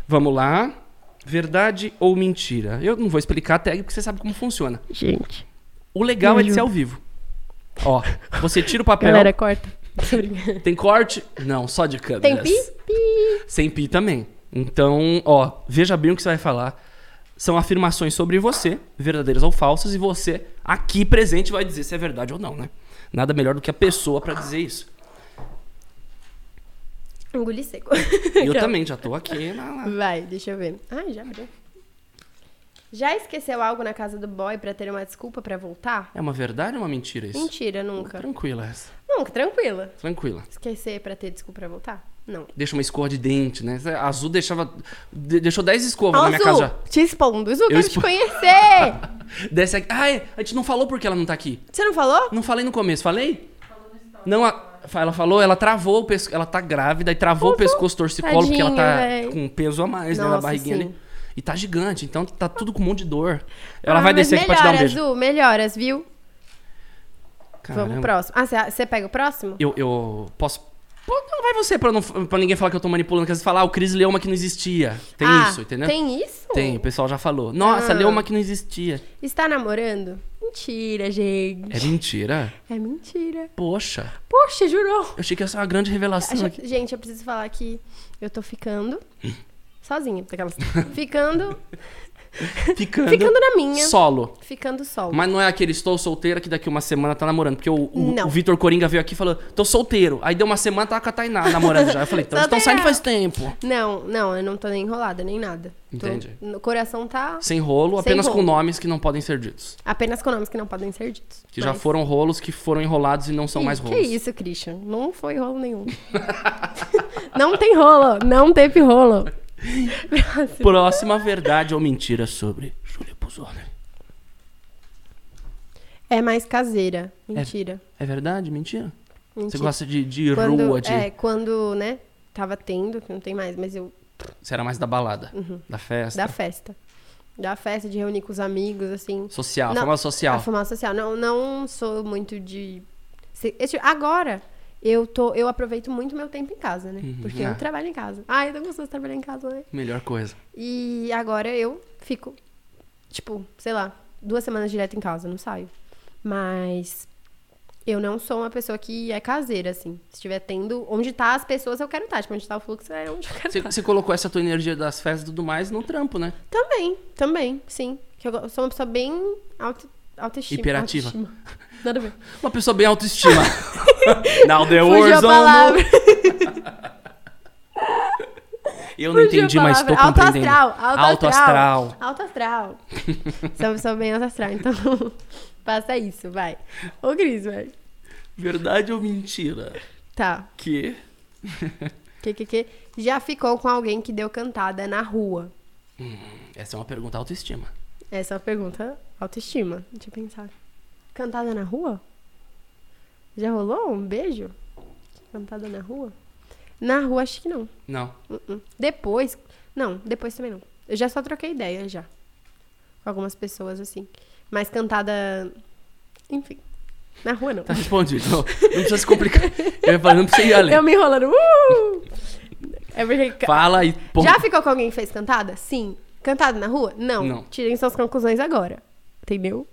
Speaker 1: Vamos lá. Verdade ou mentira? Eu não vou explicar a tag porque você sabe como funciona.
Speaker 2: Gente.
Speaker 1: O legal
Speaker 2: Me
Speaker 1: é de ser
Speaker 2: ajuda.
Speaker 1: ao vivo. Ó, você tira É o papel.
Speaker 2: Uhum. Galera, corta. Tô brincando.
Speaker 1: Tem corte? Não, só de
Speaker 2: Tem
Speaker 1: câmeras.
Speaker 2: pi? Pi.
Speaker 1: Sem pi também. Então, ó, veja bem o que você vai falar. São afirmações sobre você, verdadeiras ou falsas, e você, aqui presente, vai dizer se é verdade ou não, né? Nada melhor do que a pessoa pra dizer isso.
Speaker 2: Engoli seco.
Speaker 1: E eu também já tô aqui né? na. na-
Speaker 2: Vai, deixa eu ver. Ai, já abriu. Já esqueceu algo na casa do boy pra ter uma desculpa pra voltar?
Speaker 1: É uma verdade ou uma mentira isso?
Speaker 2: Mentira, nunca.
Speaker 1: Tranquila essa.
Speaker 2: Nunca, tranquila.
Speaker 1: Tranquila.
Speaker 2: Esquecer pra ter desculpa pra voltar? Não.
Speaker 1: Deixa uma escova de dente, né? A Azul deixava. de- deixou 10 escovas
Speaker 2: Ó,
Speaker 1: na minha
Speaker 2: Zu,
Speaker 1: casa já.
Speaker 2: te expondo. Zu, quero
Speaker 1: expo-
Speaker 2: te conhecer.
Speaker 1: Desce aqui. Ai, a gente não falou porque ela não tá aqui.
Speaker 2: Você não falou?
Speaker 1: Não falei no começo, falei? Não, a- ela falou, ela travou o pescoço, ela tá grávida e travou o
Speaker 2: Uhum.
Speaker 1: pescoço torcicolo, porque ela tá
Speaker 2: Tadinha, véi.
Speaker 1: com peso a mais, né, na
Speaker 2: Nossa,
Speaker 1: barriguinha
Speaker 2: sim.
Speaker 1: ali. E tá gigante, então tá tudo com um monte de dor. Ela
Speaker 2: Ah,
Speaker 1: vai
Speaker 2: mas
Speaker 1: descer aqui pra te dar um beijo.
Speaker 2: Melhoras, Zu, melhoras, viu? Vamos
Speaker 1: Caramba.
Speaker 2: pro próximo. Ah, você- você pega o próximo?
Speaker 1: Eu, eu posso... Pô, Não vai você pra, não, pra ninguém falar que eu tô manipulando, que às vezes fala, ah, o Cris leu uma que não existia. Tem
Speaker 2: Ah,
Speaker 1: isso, entendeu?
Speaker 2: Tem isso?
Speaker 1: Tem, o pessoal já falou. Nossa,
Speaker 2: Ah.
Speaker 1: leu uma que não existia.
Speaker 2: Está namorando? Mentira, gente.
Speaker 1: É mentira?
Speaker 2: É mentira.
Speaker 1: Poxa,
Speaker 2: Poxa, jurou.
Speaker 1: eu achei que essa era uma grande revelação
Speaker 2: Acho-
Speaker 1: aqui.
Speaker 2: gente, eu preciso falar que eu tô ficando
Speaker 1: Hum.
Speaker 2: sozinha. Daquelas... Ficando,
Speaker 1: Ficando,
Speaker 2: ficando na minha.
Speaker 1: solo.
Speaker 2: Ficando sol.
Speaker 1: Mas não é aquele estou solteira que daqui uma semana tá namorando. Porque o, o,
Speaker 2: Não.
Speaker 1: o Vitor Coringa veio aqui e falou, tô solteiro. Aí deu uma semana, tava com a Tainá namorando já. Eu falei, então eles estão
Speaker 2: Solteira.
Speaker 1: saindo faz tempo.
Speaker 2: Não, não, eu não tô nem enrolada, nem nada. Tô-
Speaker 1: Entendi.
Speaker 2: O coração tá
Speaker 1: Sem rolo,
Speaker 2: Sem
Speaker 1: apenas com
Speaker 2: rolo.
Speaker 1: nomes que não podem ser ditos.
Speaker 2: apenas com nomes que não podem ser ditos.
Speaker 1: Que já
Speaker 2: Mas-
Speaker 1: foram rolos que foram enrolados e não são
Speaker 2: Ih,
Speaker 1: mais rolos.
Speaker 2: Que é isso, Christian? Não foi rolo nenhum. não tem rolo, não teve rolo. Próximo.
Speaker 1: Próxima verdade ou mentira sobre Júlia Buzoni.
Speaker 2: É mais caseira. Mentira.
Speaker 1: É verdade? Mentira? Você
Speaker 2: Mentira.
Speaker 1: gosta de, de
Speaker 2: quando,
Speaker 1: rua, de...
Speaker 2: É, quando, né, tava tendo, que não tem mais, mas eu uhum.
Speaker 1: Você era mais da balada, da festa.
Speaker 2: Da festa. Da festa, de reunir com os amigos, assim.
Speaker 1: Social,
Speaker 2: Não,
Speaker 1: famosa social.
Speaker 2: A formal social. Não, não sou muito de. se- eu, tipo, Agora, eu, tô, eu aproveito muito meu tempo em casa, né? Porque
Speaker 1: ah.
Speaker 2: eu trabalho em casa. Ai, eu tô gostoso de trabalhar em casa, né?
Speaker 1: Melhor coisa.
Speaker 2: E agora eu fico, tipo, sei lá, duas semanas direto em casa, não saio. Mas eu não sou uma pessoa que é caseira, assim. Se estiver tendo. Onde tá as pessoas, eu quero estar. Tipo, onde tá o fluxo, é onde eu quero
Speaker 1: Você, você colocou essa tua energia das festas e tudo mais no trampo, né?
Speaker 2: Também, também, sim. Que eu go- sou uma pessoa bem auto, autoestima.
Speaker 1: Hiperativa.
Speaker 2: autoestima. Nada a ver.
Speaker 1: Uma pessoa bem autoestima. Now the
Speaker 2: Fugiu a
Speaker 1: words
Speaker 2: palavra.
Speaker 1: Eu não
Speaker 2: fugiu a
Speaker 1: entendi, mas tô
Speaker 2: palavra.
Speaker 1: compreendendo.
Speaker 2: Alto astral. Alto
Speaker 1: Alto astral.
Speaker 2: astral. Alto astral. sou uma pessoa bem alto astral, então passa isso, vai. Ô, Cris, vai.
Speaker 1: Verdade ou mentira?
Speaker 2: Tá.
Speaker 1: Que?
Speaker 2: Que, que, que. Já ficou com alguém que deu cantada na rua?
Speaker 1: Essa é uma pergunta autoestima.
Speaker 2: Essa é uma pergunta autoestima. Deixa eu pensar. Cantada na rua? Já rolou um beijo? Cantada na rua? Na rua, acho que não.
Speaker 1: Não.
Speaker 2: Uh-uh. Depois. Não, depois também não. Eu já só troquei ideia já. Com algumas pessoas, assim. Mas cantada. Enfim. Na rua não.
Speaker 1: Tá respondido. Não, não precisa se complicar. Eu ia falar, não precisa ir além.
Speaker 2: Eu me enrolando. Uh! É porque. ca-
Speaker 1: Fala um e ponto.
Speaker 2: Já ficou com alguém que fez cantada? Sim. Cantada na rua? Não.
Speaker 1: Não.
Speaker 2: Tirem suas conclusões agora. Entendeu?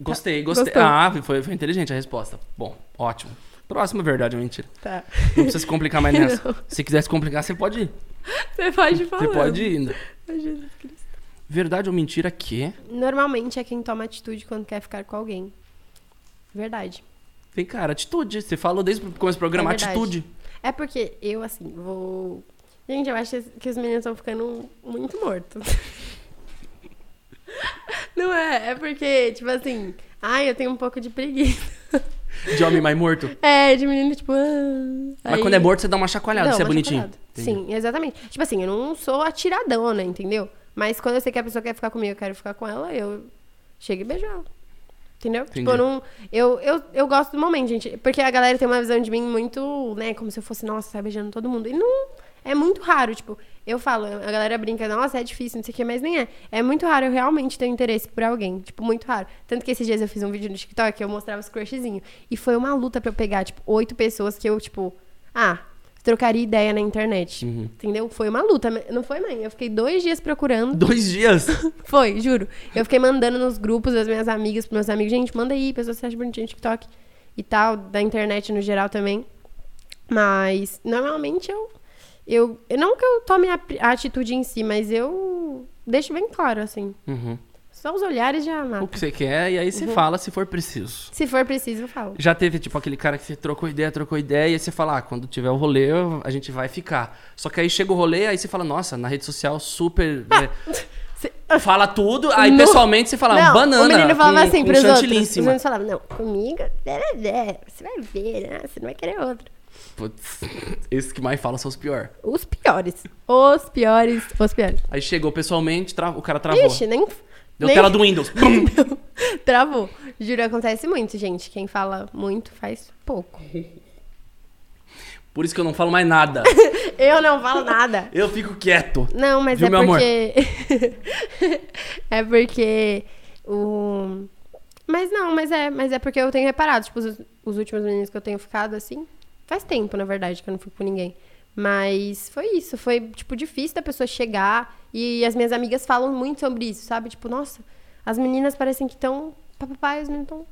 Speaker 1: Gostei, gostei.
Speaker 2: Gostou.
Speaker 1: Ah, foi, foi inteligente a resposta. Bom, ótimo. Próxima verdade ou mentira.
Speaker 2: Tá.
Speaker 1: Não precisa se complicar mais É nessa. Se quiser se complicar, você pode ir.
Speaker 2: Você pode falar.
Speaker 1: Você pode ir ainda.
Speaker 2: Ai, Jesus Cristo.
Speaker 1: Verdade ou mentira que...
Speaker 2: Normalmente é quem toma atitude quando quer ficar com alguém. Verdade.
Speaker 1: Vem, cara, atitude. Você falou desde o começo do programa,
Speaker 2: É verdade.
Speaker 1: atitude.
Speaker 2: É porque eu, assim, vou. Gente, eu acho que os meninos estão ficando muito mortos. Não é? É porque, tipo assim. Ai, eu tenho um pouco de preguiça.
Speaker 1: De homem mais morto.
Speaker 2: É, de menino, tipo. ah,
Speaker 1: Mas
Speaker 2: aí-
Speaker 1: quando é morto, você dá uma chacoalhada,
Speaker 2: Não,
Speaker 1: você é
Speaker 2: mas
Speaker 1: bonitinho.
Speaker 2: separado. Sim, exatamente. Tipo assim, eu não sou atiradona, entendeu? Mas quando eu sei que a pessoa quer ficar comigo, eu quero ficar com ela, eu chego e beijo ela. Entendeu?
Speaker 1: Entendi.
Speaker 2: Tipo, eu não. Eu, eu, eu gosto do momento, gente. Porque a galera tem uma visão de mim muito, né? Como se eu fosse, nossa, sai beijando todo mundo. E não. É muito raro, tipo, eu falo, a galera brinca, nossa, é difícil, não sei o que, mas nem é. É muito raro eu realmente ter interesse por alguém, tipo, muito raro. Tanto que esses dias eu fiz um vídeo no TikTok, eu mostrava os crushzinhos. E foi uma luta pra eu pegar, tipo, oito pessoas que eu, tipo, ah, trocaria ideia na internet. Entendeu? Foi uma luta, não foi, mãe? Eu fiquei dois dias procurando.
Speaker 1: Dois dias.
Speaker 2: Foi, juro. Eu fiquei mandando nos grupos das minhas amigas, pros meus amigos, gente, manda aí, pessoas que você acha bonitinha no TikTok e tal, da internet no geral também. Mas, normalmente eu. eu eu- não que eu tome a, pri- a atitude em si, mas eu deixo bem claro, assim.
Speaker 1: Uhum.
Speaker 2: Só os olhares já
Speaker 1: O
Speaker 2: matam.
Speaker 1: que você quer, e aí você
Speaker 2: Uhum.
Speaker 1: fala se for preciso.
Speaker 2: Se for preciso, eu falo.
Speaker 1: Já teve, tipo, aquele cara que você trocou ideia, trocou ideia, e aí você fala, ah, quando tiver o rolê, eu- a gente vai ficar. Só que aí chega o rolê, aí você fala, nossa, na rede social super. é,
Speaker 2: Se-
Speaker 1: fala tudo, aí
Speaker 2: No-
Speaker 1: pessoalmente você fala,
Speaker 2: Não,
Speaker 1: um banana.
Speaker 2: O menino falava
Speaker 1: com-
Speaker 2: assim
Speaker 1: com
Speaker 2: pros outros.
Speaker 1: chantilly em
Speaker 2: Os
Speaker 1: cima.
Speaker 2: meninos falavam, não, comigo, é, é, você vai ver, né? você não vai querer outro.
Speaker 1: Putz, esses que mais falam são os piores.
Speaker 2: Os piores. Os piores. Os piores.
Speaker 1: Aí chegou pessoalmente, tra- o cara travou.
Speaker 2: Ixi, nem.
Speaker 1: Deu
Speaker 2: nem-
Speaker 1: tela do Windows. Bum!
Speaker 2: Travou. Juro, acontece muito, gente. Quem fala muito faz pouco.
Speaker 1: Por isso que eu não falo mais nada.
Speaker 2: Eu não falo nada.
Speaker 1: Eu fico quieto.
Speaker 2: Não, mas
Speaker 1: Viu,
Speaker 2: é
Speaker 1: meu amor?
Speaker 2: porque. é porque o. Mas não, mas é, mas é porque eu tenho reparado, tipo, os, os últimos meninos que eu tenho ficado assim, faz tempo, na verdade, que eu não fico com ninguém. Mas foi isso, foi tipo difícil da pessoa chegar e as minhas amigas falam muito sobre isso, sabe? Tipo, nossa, as meninas parecem que estão papai, os meninos estão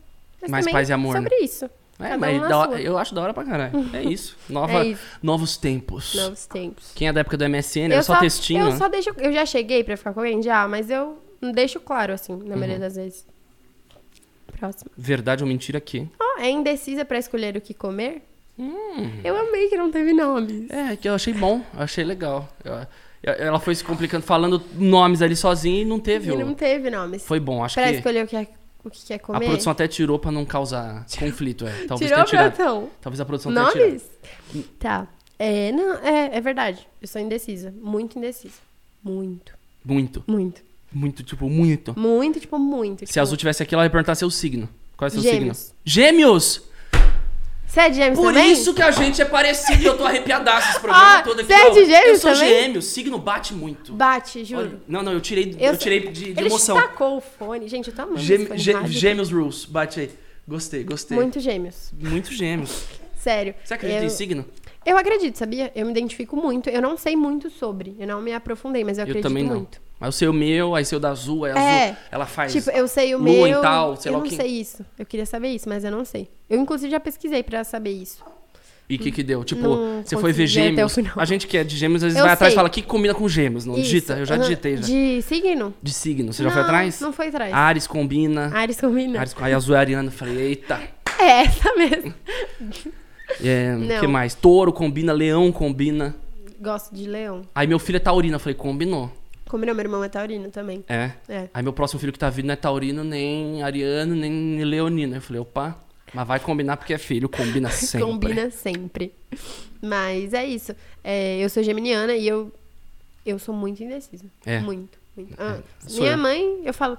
Speaker 1: Mais paz e amor,
Speaker 2: Sobre isso.
Speaker 1: É,
Speaker 2: Cada
Speaker 1: mas
Speaker 2: um na
Speaker 1: da hora-
Speaker 2: sua.
Speaker 1: eu acho da hora pra caralho. É isso. Nova-
Speaker 2: É isso.
Speaker 1: Novos tempos.
Speaker 2: Novos tempos.
Speaker 1: Quem é da época do MSN era só, textinho.
Speaker 2: Eu
Speaker 1: né?
Speaker 2: só deixo. Eu já cheguei pra ficar com alguém já, mas eu deixo claro, assim,
Speaker 1: Uhum.
Speaker 2: na maioria das vezes. Próximo.
Speaker 1: Verdade ou mentira aqui.
Speaker 2: Ó, é indecisa pra escolher o que comer?
Speaker 1: Hum.
Speaker 2: Eu amei que não teve nome.
Speaker 1: É, que eu achei bom, eu achei legal. Eu- eu- ela foi se complicando, falando nomes ali sozinha e não teve.
Speaker 2: E
Speaker 1: o-
Speaker 2: não teve nomes.
Speaker 1: Foi bom, acho
Speaker 2: pra
Speaker 1: que
Speaker 2: escolher o que, é, o que quer
Speaker 1: a
Speaker 2: comer.
Speaker 1: produção até tirou pra não causar conflito. É. Talvez tenha
Speaker 2: Tirou,
Speaker 1: tirado.
Speaker 2: Platão?
Speaker 1: Talvez a produção tenha tirado.
Speaker 2: Nomes? Tá. É, não, é, é verdade. Eu sou indecisa. Muito indecisa. Muito.
Speaker 1: Muito,
Speaker 2: Muito.
Speaker 1: muito, tipo, muito.
Speaker 2: Muito, tipo, muito.
Speaker 1: Se
Speaker 2: tipo,
Speaker 1: a Azul tivesse aqui, ela ia perguntar seu signo. Qual é seu
Speaker 2: Gêmeos.
Speaker 1: signo? Gêmeos!
Speaker 2: Você é de gêmeos
Speaker 1: Por
Speaker 2: também?
Speaker 1: isso que a gente é parecido e eu tô arrepiadaço esse programa
Speaker 2: Ah,
Speaker 1: todo aqui.
Speaker 2: você é
Speaker 1: ó.
Speaker 2: de gêmeos
Speaker 1: eu sou
Speaker 2: também?
Speaker 1: gêmeo, signo bate muito.
Speaker 2: Bate, juro.
Speaker 1: Olha, não, não, eu tirei, eu
Speaker 2: Eu-
Speaker 1: tirei de, de
Speaker 2: Ele tá
Speaker 1: emoção.
Speaker 2: sacou o fone. Gente, eu tô amando
Speaker 1: Gême-
Speaker 2: esse fone
Speaker 1: gê-
Speaker 2: rádio.
Speaker 1: gêmeos Rules, bate aí. Gostei, gostei.
Speaker 2: Muito gêmeos.
Speaker 1: Muito gêmeos.
Speaker 2: Sério.
Speaker 1: Você acredita
Speaker 2: eu,
Speaker 1: em signo?
Speaker 2: Eu acredito, sabia? Eu me identifico muito. Eu não sei muito sobre. Eu não me aprofundei, mas eu
Speaker 1: Eu,
Speaker 2: acredito
Speaker 1: também não.
Speaker 2: muito.
Speaker 1: Aí o seu é meu, aí o seu da azul, aí a
Speaker 2: É.
Speaker 1: azul. Ela faz.
Speaker 2: Tipo, eu sei o
Speaker 1: lua
Speaker 2: meu.
Speaker 1: em tal, sei
Speaker 2: eu
Speaker 1: lá o
Speaker 2: não
Speaker 1: quê.
Speaker 2: sei isso. Eu queria saber isso, mas eu não sei. Eu, inclusive, já pesquisei pra saber isso.
Speaker 1: E o que que deu? Tipo,
Speaker 2: Não
Speaker 1: você foi ver
Speaker 2: consegui até o
Speaker 1: gêmeos.
Speaker 2: final.
Speaker 1: A gente que é de gêmeos, às vezes
Speaker 2: Eu
Speaker 1: vai atrás e
Speaker 2: sei.
Speaker 1: fala, que combina com gêmeos? Não,
Speaker 2: Isso.
Speaker 1: digita, eu já
Speaker 2: Aham.
Speaker 1: digitei já. De,
Speaker 2: De signo?
Speaker 1: signo, você já foi
Speaker 2: Não,
Speaker 1: atrás?
Speaker 2: Não Ah, foi atrás.
Speaker 1: Ares combina.
Speaker 2: Ares combina.
Speaker 1: Ares, aí azul é ariano, falei, eita.
Speaker 2: É, essa mesmo.
Speaker 1: É,
Speaker 2: Não.
Speaker 1: que mais? Touro combina, leão combina.
Speaker 2: Gosto de leão.
Speaker 1: Aí meu filho é taurino, eu falei, combinou.
Speaker 2: Combinou, meu irmão é taurino também.
Speaker 1: É.
Speaker 2: É.
Speaker 1: Aí meu próximo filho que tá vindo não é taurino, nem ariano, nem leonino. Eu falei, opa, mas vai combinar porque é filho, combina sempre.
Speaker 2: Combina sempre. Mas é isso. É, eu sou geminiana e eu, eu sou muito indecisa.
Speaker 1: É.
Speaker 2: Muito. Muito- Ah,
Speaker 1: sou
Speaker 2: minha
Speaker 1: eu.
Speaker 2: mãe, eu falo,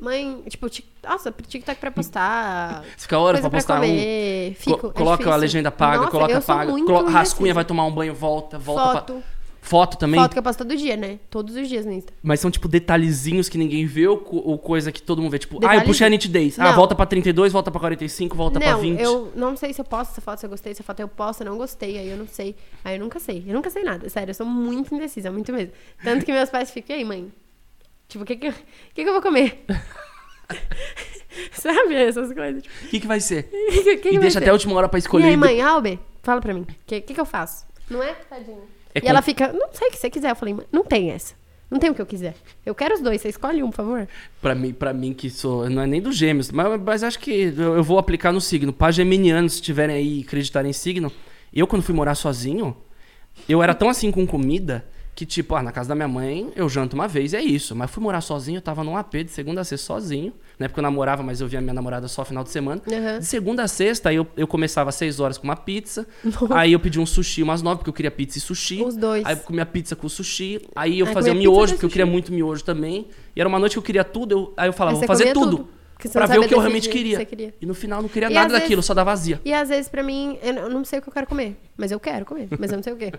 Speaker 2: mãe, tipo, tic, nossa, TikTok pra postar.
Speaker 1: Você fica hora
Speaker 2: coisa
Speaker 1: pra postar um.
Speaker 2: comer. Fico,
Speaker 1: co-
Speaker 2: é
Speaker 1: coloca a
Speaker 2: difícil.
Speaker 1: legenda paga,
Speaker 2: Nossa,
Speaker 1: coloca
Speaker 2: eu sou
Speaker 1: paga.
Speaker 2: muito
Speaker 1: colo- rascunha,
Speaker 2: indecisa.
Speaker 1: vai tomar um banho, volta, volta. pra-
Speaker 2: Foto.
Speaker 1: Foto também?
Speaker 2: Foto que eu posto todo dia, né? Todos os dias no Insta.
Speaker 1: Mas são tipo detalhezinhos que ninguém vê ou, co- ou coisa que todo mundo vê? Tipo, ah, eu
Speaker 2: Detalhe-
Speaker 1: puxei a nitidez. Ah,
Speaker 2: Não.
Speaker 1: volta pra 32, volta pra 45, volta pra
Speaker 2: não,
Speaker 1: 20.
Speaker 2: eu não sei se eu posto essa foto, se eu gostei dessa foto, eu posto, eu não gostei, aí eu não sei. Aí eu nunca sei. Eu nunca sei nada. Sério, eu sou muito indecisa, muito mesmo. Tanto que meus pais ficam, e aí, mãe? Tipo, o que que, eu- o que que eu vou comer? Sabe essas coisas? Tipo,
Speaker 1: O que, que vai ser?
Speaker 2: o que, que que
Speaker 1: e
Speaker 2: vai
Speaker 1: deixa
Speaker 2: ser?
Speaker 1: até a última hora pra escolher.
Speaker 2: E aí,
Speaker 1: e-
Speaker 2: mãe, Alber, fala pra mim. O que, que, que eu faço? Não é, tadinho?
Speaker 1: É
Speaker 2: e
Speaker 1: com-
Speaker 2: ela fica, não sei o que você quiser. Eu falei, mãe, não tem essa. Não tem o que eu quiser. Eu quero os dois, você escolhe um, por favor.
Speaker 1: Pra mim, pra mim, que sou. Não é nem dos gêmeos, mas, mas acho que eu, eu vou aplicar no signo. Pra geminiano, se tiverem aí e acreditarem em signo, eu quando fui morar sozinho, eu era tão assim com comida que, tipo, ah, na casa da minha mãe eu janto uma vez e é isso. Mas fui morar sozinho, eu tava num AP de segunda a sexta sozinho. Na época eu namorava, mas eu via minha namorada só final de semana.
Speaker 2: Aham.
Speaker 1: De segunda a sexta, aí eu, eu começava às seis horas com uma pizza. Aí eu pedi um sushi umas nove, porque eu queria pizza e sushi.
Speaker 2: Os dois.
Speaker 1: Aí eu comia pizza com sushi. Aí eu
Speaker 2: Aí
Speaker 1: fazia
Speaker 2: comia pizza
Speaker 1: miojo,
Speaker 2: com
Speaker 1: porque eu
Speaker 2: sushi.
Speaker 1: queria muito miojo também. E era uma noite que eu queria tudo, eu, aí eu falava, vou
Speaker 2: Aí você
Speaker 1: fazer
Speaker 2: comia
Speaker 1: tudo.
Speaker 2: tudo, porque você
Speaker 1: pra
Speaker 2: não
Speaker 1: ver o
Speaker 2: sabe
Speaker 1: que eu realmente
Speaker 2: decidir o que
Speaker 1: queria.
Speaker 2: você queria.
Speaker 1: E no final eu não queria
Speaker 2: E
Speaker 1: nada
Speaker 2: às vezes-
Speaker 1: daquilo, só dá vazia.
Speaker 2: E às vezes, pra mim, eu não- eu não sei o que eu quero comer, mas eu quero comer, mas eu não sei o quê.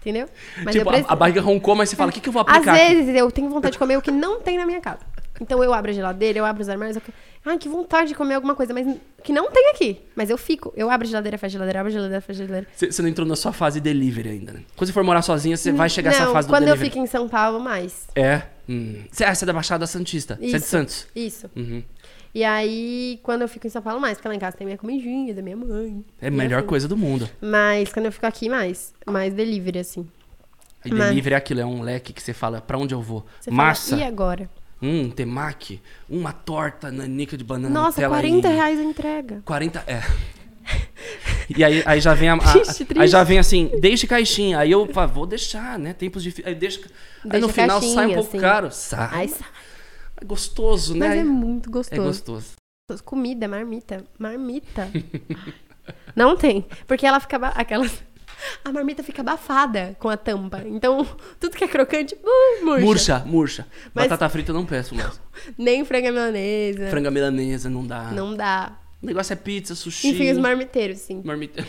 Speaker 2: Entendeu? Mas
Speaker 1: tipo,
Speaker 2: eu
Speaker 1: a-
Speaker 2: preciso-
Speaker 1: a, barriga roncou, mas você fala, o que, que eu vou
Speaker 2: Às
Speaker 1: aplicar? aqui?"
Speaker 2: vezes eu tenho vontade de comer o que não tem na minha casa. Então eu abro a geladeira, eu abro os armários, eu... fico, ai, que vontade de comer alguma coisa, mas que não tem aqui. Mas eu fico, eu abro a geladeira, fecho a geladeira, abro a geladeira, fecho a geladeira.
Speaker 1: Você você não entrou na sua fase delivery ainda, né? Quando você for morar sozinha, você vai chegar
Speaker 2: não,
Speaker 1: essa fase do
Speaker 2: quando eu
Speaker 1: delivery.
Speaker 2: fico em São Paulo, mais.
Speaker 1: É. Hum. Você ah, você é da Baixada Santista. Você é de
Speaker 2: Isso.
Speaker 1: Santos.
Speaker 2: Isso.
Speaker 1: Uhum.
Speaker 2: E aí, quando eu fico em São Paulo, mais, porque lá em casa tem minha comidinha, da minha mãe.
Speaker 1: É a melhor coisa do mundo.
Speaker 2: Mas quando eu fico aqui, mais. Mais delivery, assim.
Speaker 1: E
Speaker 2: Mas-
Speaker 1: delivery é aquilo, é um leque que você fala, pra onde eu vou?
Speaker 2: Você fala,
Speaker 1: Massa,
Speaker 2: e agora?
Speaker 1: um temaki, uma torta nanica de banana
Speaker 2: Nossa,
Speaker 1: Nutella
Speaker 2: 40
Speaker 1: e-
Speaker 2: reais a entrega.
Speaker 1: 40, é. E aí, aí já vem a, a-
Speaker 2: Triste, triste.
Speaker 1: Aí já vem assim, deixe caixinha. Aí eu pá, vou deixar, né? Tempos difíceis. Aí deixa. aí no
Speaker 2: Deixa
Speaker 1: final
Speaker 2: caixinha,
Speaker 1: sai um pouco
Speaker 2: assim.
Speaker 1: caro. Sai.
Speaker 2: Ai, sa-
Speaker 1: É gostoso, né?
Speaker 2: mas
Speaker 1: Aí-
Speaker 2: é muito gostoso.
Speaker 1: é gostoso.
Speaker 2: Comida, marmita. Marmita. Não tem. Porque ela fica. ba- Aquelas... A marmita fica abafada com a tampa. Então, tudo que é crocante, uh, murcha.
Speaker 1: Murcha, murcha.
Speaker 2: Mas-
Speaker 1: Batata frita eu não peço mais.
Speaker 2: Nem franga milanesa.
Speaker 1: Franga milanesa não dá.
Speaker 2: Não dá.
Speaker 1: O negócio é pizza, sushi.
Speaker 2: Enfim, os marmiteiros, sim.
Speaker 1: marmita-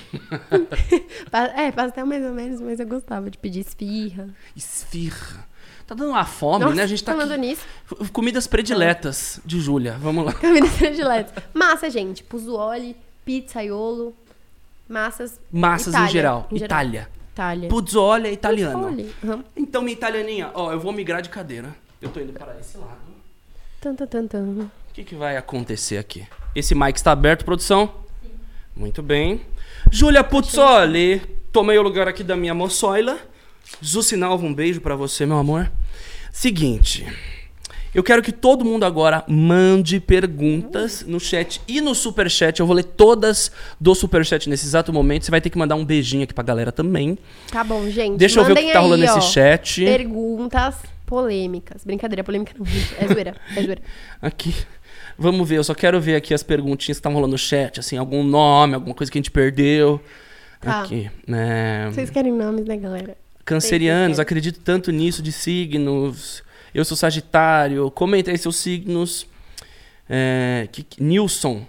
Speaker 2: Pa- é, pastel mais ou menos, mas eu gostava de pedir esfirra.
Speaker 1: Esfirra. Tá dando uma fome,
Speaker 2: Nossa,
Speaker 1: né? A gente tá
Speaker 2: falando
Speaker 1: aqui...
Speaker 2: nisso,
Speaker 1: F- Comidas prediletas de Júlia. Vamos lá.
Speaker 2: comida predileta. Massa, gente. Puzuoli, pizzaiolo, massas.
Speaker 1: Massas
Speaker 2: Itália,
Speaker 1: em geral.
Speaker 2: em geral.
Speaker 1: Itália.
Speaker 2: Itália.
Speaker 1: Puzzola é italiano.
Speaker 2: Puzuoli. Aham.
Speaker 1: Então, minha italianinha, ó, eu vou migrar de cadeira. Eu tô indo para esse lado.
Speaker 2: Tan, tan, tan, tan.
Speaker 1: O que, que vai acontecer aqui? Esse mic está aberto, produção? Muito bem. Júlia Puzzoli, tomei o lugar aqui da minha moçoila. Zucinalva, um beijo pra você, meu amor. Seguinte, eu quero que todo mundo agora mande perguntas no chat e no superchat. Eu vou ler todas do superchat nesse exato momento. Você vai ter que mandar um beijinho aqui pra galera também.
Speaker 2: Tá bom, gente.
Speaker 1: Deixa eu ver o que
Speaker 2: Mandem
Speaker 1: tá rolando
Speaker 2: aí,
Speaker 1: nesse
Speaker 2: ó,
Speaker 1: chat.
Speaker 2: Perguntas polêmicas. Brincadeira, polêmica não, gente. É zoeira. É zoeira.
Speaker 1: Aqui. Vamos ver, eu só quero ver aqui as perguntinhas que estavam rolando no chat, assim, algum nome, alguma coisa que a gente perdeu.
Speaker 2: Tá.
Speaker 1: Aqui. né?
Speaker 2: Vocês querem nomes, né, galera?
Speaker 1: Cancerianos,
Speaker 2: Sei
Speaker 1: acredito tanto nisso de signos. Eu sou Sagitário. Comenta aí seus signos. É, que, que- Nilson.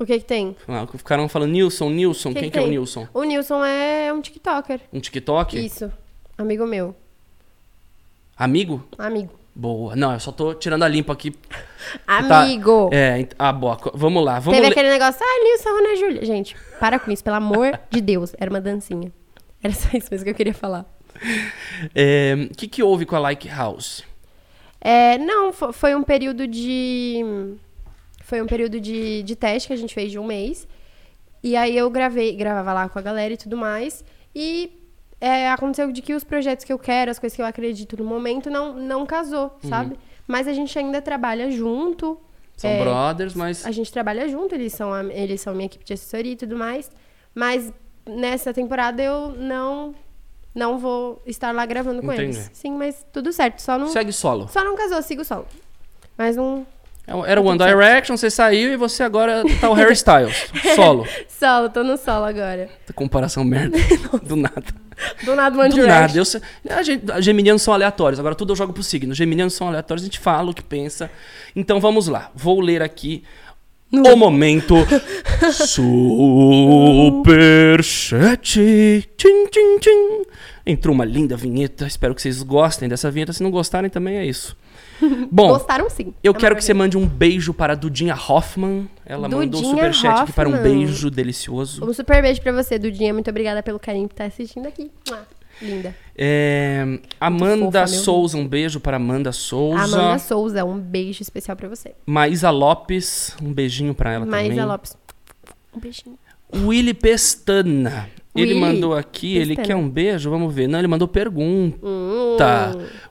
Speaker 2: O que que tem?
Speaker 1: Ah, Ficaram falando Nilson, Nilson. Quem,
Speaker 2: Quem
Speaker 1: que é o
Speaker 2: tem?
Speaker 1: Nilson?
Speaker 2: O Nilson é um tiktoker.
Speaker 1: Um TikTok?
Speaker 2: Isso. Amigo meu.
Speaker 1: Amigo?
Speaker 2: Amigo.
Speaker 1: Boa. Não, eu só tô tirando a limpa aqui. Tá-
Speaker 2: Amigo.
Speaker 1: É, ent- ah, boa. Co- Vamos lá. Vamos
Speaker 2: Teve
Speaker 1: ler-
Speaker 2: aquele negócio, ah, Nilson, Ana Júlia. Gente, para com isso, pelo amor de Deus. Era uma dancinha. Era só isso mesmo que eu queria falar.
Speaker 1: É, O que, que houve com a Like House?
Speaker 2: É, não, fo- foi um período de. Foi um período de, de teste que a gente fez de um mês. E aí eu gravei, gravava lá com a galera e tudo mais. E é, aconteceu de que os projetos que eu quero, as coisas que eu acredito no momento, não, não casou, sabe? Mas a gente ainda trabalha junto.
Speaker 1: São
Speaker 2: é,
Speaker 1: brothers, mas.
Speaker 2: a gente trabalha junto, eles são, a, eles são minha equipe de assessoria e tudo mais. Mas nessa temporada eu não não vou estar lá gravando com
Speaker 1: Entendi. é
Speaker 2: eles. Sim, mas tudo certo. Só não,
Speaker 1: Segue solo.
Speaker 2: só não casou, sigo solo. Mas um
Speaker 1: Era É o One
Speaker 2: tudo certo.
Speaker 1: Direction, você saiu e você agora tá o Harry Styles. Solo.
Speaker 2: solo, tô no solo agora.
Speaker 1: Comparação merda. Do nada.
Speaker 2: Do nada, One
Speaker 1: Do
Speaker 2: Direction.
Speaker 1: nada. Eu, se- a gente, a- ah, geminianos são aleatórios. Agora tudo eu jogo pro signo. Geminianos são aleatórios, a gente fala o que pensa. Então vamos lá. Vou ler aqui o momento Superchat. Tchim, tchim, tchim. Entrou uma linda vinheta. Espero que vocês gostem dessa vinheta. Se não gostarem, também é isso. Bom,
Speaker 2: Gostaram sim.
Speaker 1: eu
Speaker 2: A
Speaker 1: quero que você
Speaker 2: maioria.
Speaker 1: mande um beijo para a Dudinha Hoffman. Ela mandou o
Speaker 2: Dudinha
Speaker 1: superchat aqui para um
Speaker 2: Hoffman.
Speaker 1: beijo delicioso.
Speaker 2: Um super beijo pra você, Dudinha. Muito obrigada pelo carinho que tá assistindo aqui. Mua. Linda.
Speaker 1: É, Amanda
Speaker 2: fofa, meu.
Speaker 1: Souza, um beijo para Amanda Souza.
Speaker 2: Amanda Souza, um beijo especial pra você.
Speaker 1: Maísa Lopes, um beijinho para ela
Speaker 2: Maísa
Speaker 1: também.
Speaker 2: Lopes, um beijinho.
Speaker 1: Willy Pestana. Ele
Speaker 2: Willy
Speaker 1: mandou aqui, ele
Speaker 2: Pestana. Hum.
Speaker 1: quer um beijo, vamos ver. Não, ele mandou pergunta.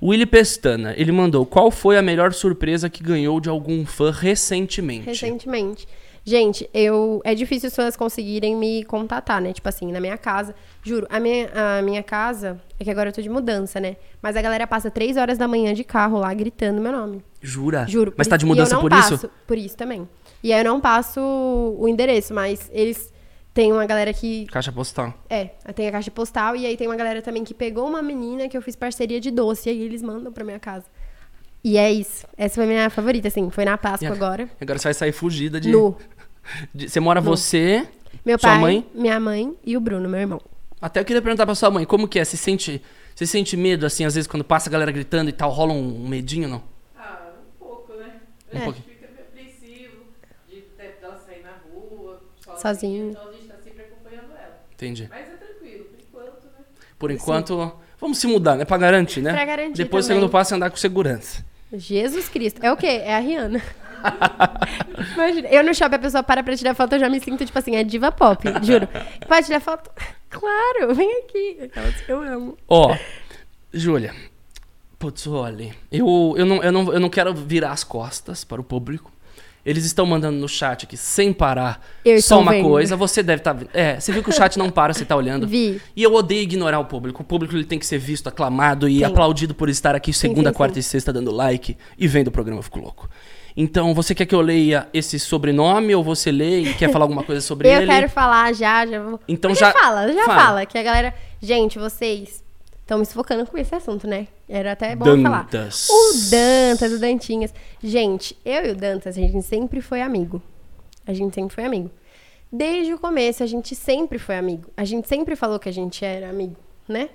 Speaker 1: Willy Pestana, ele mandou: "Qual foi a melhor surpresa que ganhou de algum fã recentemente?"
Speaker 2: Recentemente. Gente, eu é difícil os fãs conseguirem me contatar, né? Tipo assim, na minha casa. Juro, a minha, a minha casa é que agora eu tô de mudança, né? Mas a galera passa três horas da manhã de carro lá gritando meu nome.
Speaker 1: Jura?
Speaker 2: Juro.
Speaker 1: Mas
Speaker 2: por
Speaker 1: tá de
Speaker 2: isso- e eu
Speaker 1: mudança
Speaker 2: não
Speaker 1: por
Speaker 2: passo,
Speaker 1: isso?
Speaker 2: Por isso também. E aí eu não passo o endereço, mas eles têm uma galera que
Speaker 1: Caixa postal.
Speaker 2: É, aí tem a caixa postal e aí tem uma galera também que pegou uma menina que eu fiz parceria de doce e aí eles mandam pra minha casa. E é isso. Essa foi a minha favorita, assim. Foi na Páscoa
Speaker 1: E
Speaker 2: agora.
Speaker 1: Agora você vai sair fugida de,
Speaker 2: Nu.
Speaker 1: de- Você mora você,
Speaker 2: Meu
Speaker 1: sua
Speaker 2: pai,
Speaker 1: mãe?
Speaker 2: minha mãe e o Bruno, meu irmão.
Speaker 1: Até eu queria perguntar pra sua mãe, como que é? Você sente, você sente medo, assim, às vezes quando passa a galera gritando e tal, rola um medinho, não?
Speaker 4: Ah, um pouco, né?
Speaker 1: Um
Speaker 4: a gente
Speaker 1: pouquinho.
Speaker 4: fica meio apreensivo de até dela sair na rua, sozinha.
Speaker 2: Sozinho.
Speaker 4: Então a gente tá sempre acompanhando ela.
Speaker 1: Entendi.
Speaker 4: Mas é tranquilo, por enquanto, né?
Speaker 1: Por enquanto, vamos se mudar, né? Pra garantir, né?
Speaker 2: Pra garantir
Speaker 1: Depois o
Speaker 2: também.
Speaker 1: segundo passo é andar com segurança.
Speaker 2: Jesus Cristo. É o quê? É a Rihanna. Imagina. Eu no shopping, a pessoa para pra tirar foto, eu já me sinto, tipo assim, é diva pop, juro. Pode tirar foto? Claro, vem aqui. Aquelas, Eu amo.
Speaker 1: Ó, Júlia. Putz, olha. Eu, eu, não, eu, não, eu não quero virar as costas para o público. Eles estão mandando no chat aqui sem parar.
Speaker 2: Eu
Speaker 1: Só
Speaker 2: estou
Speaker 1: uma
Speaker 2: vendo.
Speaker 1: coisa, você deve estar vendo. É, você viu que o chat não para, você tá olhando.
Speaker 2: Vi.
Speaker 1: E eu odeio ignorar o público. O público ele tem que ser visto, aclamado e aplaudido por estar aqui segunda,
Speaker 2: sim,
Speaker 1: quarta e sexta dando like e vendo o programa, eu fico louco. Então, você quer que eu leia esse sobrenome ou você lê e quer falar alguma coisa sobre
Speaker 2: Eu
Speaker 1: ele?
Speaker 2: quero falar já, já vou.
Speaker 1: Então
Speaker 2: Mas
Speaker 1: já-
Speaker 2: fala, já
Speaker 1: fala.
Speaker 2: fala. Que a galera. Gente, vocês estão me sufocando com esse assunto, né? Era até bom eu falar.
Speaker 1: Dantas.
Speaker 2: O Dantas, o Dantinhas. Gente, eu e o Dantas, a gente sempre foi amigo. A gente sempre foi amigo. Desde o começo, a gente sempre foi amigo. A gente sempre falou que a gente era amigo, né?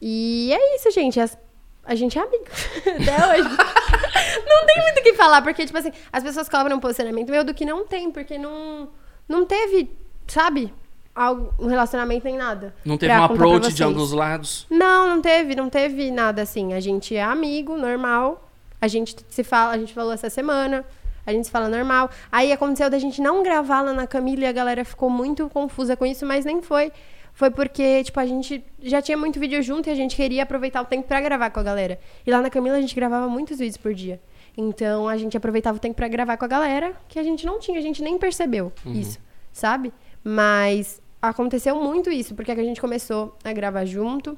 Speaker 2: E é isso, gente. As- a gente é amigo. Até hoje. não tem muito o que falar, porque, tipo assim, as pessoas cobram um posicionamento meu do que não tem, porque não, não teve, sabe? algo- um relacionamento nem nada.
Speaker 1: Não teve
Speaker 2: pra
Speaker 1: um
Speaker 2: contar pra
Speaker 1: approach de
Speaker 2: vocês.
Speaker 1: ambos os lados?
Speaker 2: Não, não teve, não teve nada assim. A gente é amigo, normal. A gente se fala, a gente falou essa semana. A gente se fala normal. Aí aconteceu da gente não gravar lá na Camila e a galera ficou muito confusa com isso, mas nem foi. Foi porque, tipo, a gente já tinha muito vídeo junto e a gente queria aproveitar o tempo pra gravar com a galera. E lá na Camila a gente gravava muitos vídeos por dia. Então a gente aproveitava o tempo pra gravar com a galera, que a gente não tinha, a gente nem percebeu isso, sabe? Mas aconteceu muito isso, porque a gente começou a gravar junto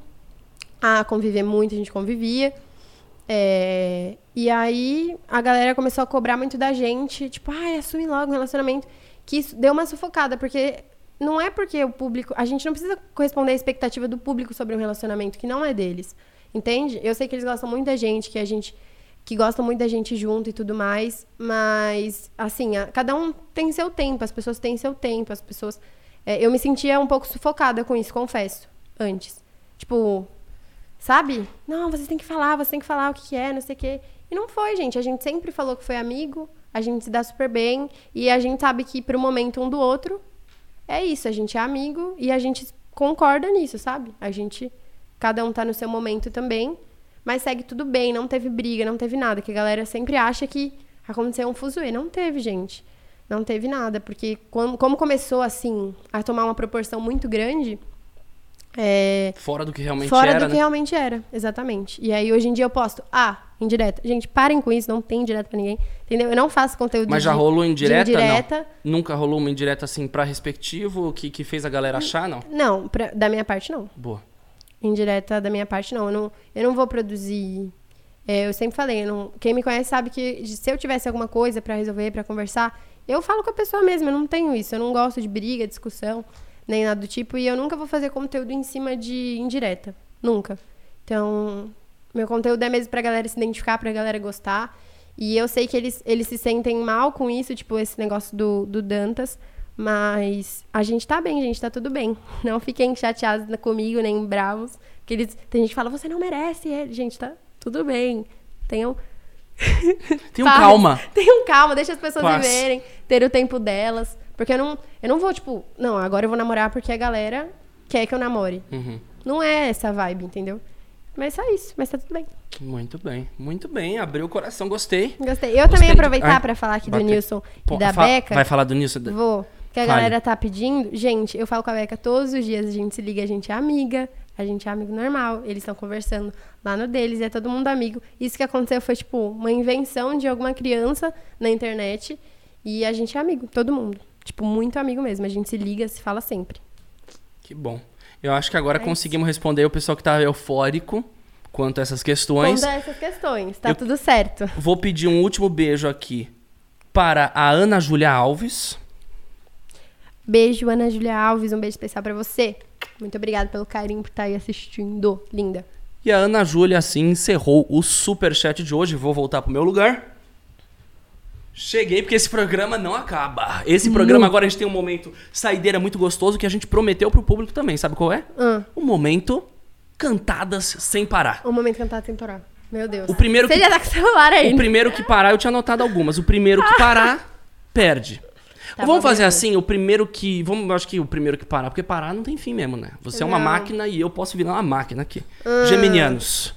Speaker 2: a conviver muito, a gente convivia. É, e aí a galera começou a cobrar muito da gente, tipo, ai, assume logo um relacionamento. Que isso deu uma sufocada, porque não é porque o público. A gente não precisa corresponder à expectativa do público sobre um relacionamento que não é deles. Entende? Eu sei que eles gostam muito da gente, que a gente. que gostam muito da gente junto e tudo mais. Mas, assim, a- cada um tem seu tempo, as pessoas têm seu tempo, as pessoas. é, eu me sentia um pouco sufocada com isso, confesso, antes. Tipo, sabe? Não, vocês têm que falar, vocês têm que falar o que que é, não sei o quê. E não foi, gente. A gente sempre falou que foi amigo, a gente se dá super bem e a gente sabe que pro momento um do outro é isso, a gente é amigo e a gente concorda nisso, sabe? A gente cada um tá no seu momento também, mas segue tudo bem, não teve briga, não teve nada, que a galera sempre acha que aconteceu um fuzuê, não teve, gente. Não teve nada, porque quando, como começou assim a tomar uma proporção muito grande, é,
Speaker 1: Fora do que realmente
Speaker 2: Fora
Speaker 1: era,
Speaker 2: do que
Speaker 1: né?
Speaker 2: realmente era, exatamente. E aí hoje em dia eu posto, ah, indireta. Gente, parem com isso, não tem indireta pra ninguém. Entendeu? Eu não faço conteúdo
Speaker 1: Mas
Speaker 2: de-
Speaker 1: já rolou indireta?
Speaker 2: de indireta.
Speaker 1: Não. Nunca rolou uma indireta assim pra respectivo que, que fez a galera achar, não?
Speaker 2: Não, pra- da minha parte não.
Speaker 1: Boa.
Speaker 2: Indireta da minha parte não. Eu não, eu não vou produzir. É, eu sempre falei, eu não- quem me conhece sabe que se eu tivesse alguma coisa pra resolver, pra conversar, eu falo com a pessoa mesmo, eu não tenho isso. Eu não gosto de briga, discussão. nem nada do tipo, e eu nunca vou fazer conteúdo em cima de indireta. Nunca. Então, meu conteúdo é mesmo pra galera se identificar, pra galera gostar. E eu sei que eles, eles se sentem mal com isso, tipo, esse negócio do, do Dantas. Mas a gente tá bem, gente, tá tudo bem. Não fiquem chateados na- comigo, nem bravos. Que eles, tem gente que fala, você não merece ele. Gente, tá tudo bem. Tenham.
Speaker 1: Tenham
Speaker 2: paz.
Speaker 1: calma.
Speaker 2: Tenham calma, deixa as pessoas
Speaker 1: Paz.
Speaker 2: viverem, ter o tempo delas. Porque eu não, eu não vou, tipo, não, agora eu vou namorar porque a galera quer que eu namore.
Speaker 1: Uhum.
Speaker 2: Não é essa vibe, entendeu? Mas só isso, mas tá tudo bem.
Speaker 1: Muito bem, muito bem. Abriu o coração, gostei.
Speaker 2: Gostei. Eu também
Speaker 1: Gostei.
Speaker 2: aproveitar
Speaker 1: Ai,
Speaker 2: pra falar aqui
Speaker 1: bateu.
Speaker 2: do Nilson
Speaker 1: Pô,
Speaker 2: e da
Speaker 1: fa-
Speaker 2: Beca.
Speaker 1: Vai falar do Nilson?
Speaker 2: Vou. Que a
Speaker 1: Fale.
Speaker 2: galera tá pedindo. Gente, eu falo com a Beca todos os dias. A gente se liga, a gente é amiga. A gente é amigo normal. Eles estão conversando lá no deles. É todo mundo amigo. Isso que aconteceu foi, tipo, uma invenção de alguma criança na internet. E a gente é amigo, todo mundo. Tipo, muito amigo mesmo. A gente se liga, se fala sempre.
Speaker 1: Que bom. Eu acho que agora
Speaker 2: É isso.
Speaker 1: conseguimos responder o pessoal que tá eufórico quanto a essas questões.
Speaker 2: Conta essas questões. Tá
Speaker 1: Eu-
Speaker 2: tudo certo.
Speaker 1: Vou pedir um último beijo aqui para a Ana Júlia Alves.
Speaker 2: Beijo, Ana Júlia Alves. Um beijo especial pra você. Muito obrigada pelo carinho por estar aí assistindo. Linda.
Speaker 1: E a Ana Júlia, assim, encerrou o superchat de hoje. Vou voltar pro meu lugar. Cheguei porque esse programa não acaba. Esse programa agora a gente tem um momento saideira muito gostoso que a gente prometeu pro público também. Sabe qual é?
Speaker 2: Ah.
Speaker 1: O momento cantadas sem parar.
Speaker 2: O momento cantado sem parar. Meu Deus.
Speaker 1: O primeiro
Speaker 2: Você
Speaker 1: que-
Speaker 2: já tá com o celular aí.
Speaker 1: O primeiro que parar, eu tinha anotado algumas. O primeiro que parar, perde.
Speaker 2: Tá
Speaker 1: vamos
Speaker 2: bom,
Speaker 1: fazer
Speaker 2: beleza.
Speaker 1: assim, o primeiro que. Vamos, acho que o primeiro que parar, porque parar não tem fim mesmo, né? Você é uma
Speaker 2: Não. Ah.
Speaker 1: máquina e eu posso virar uma máquina aqui. Geminianos.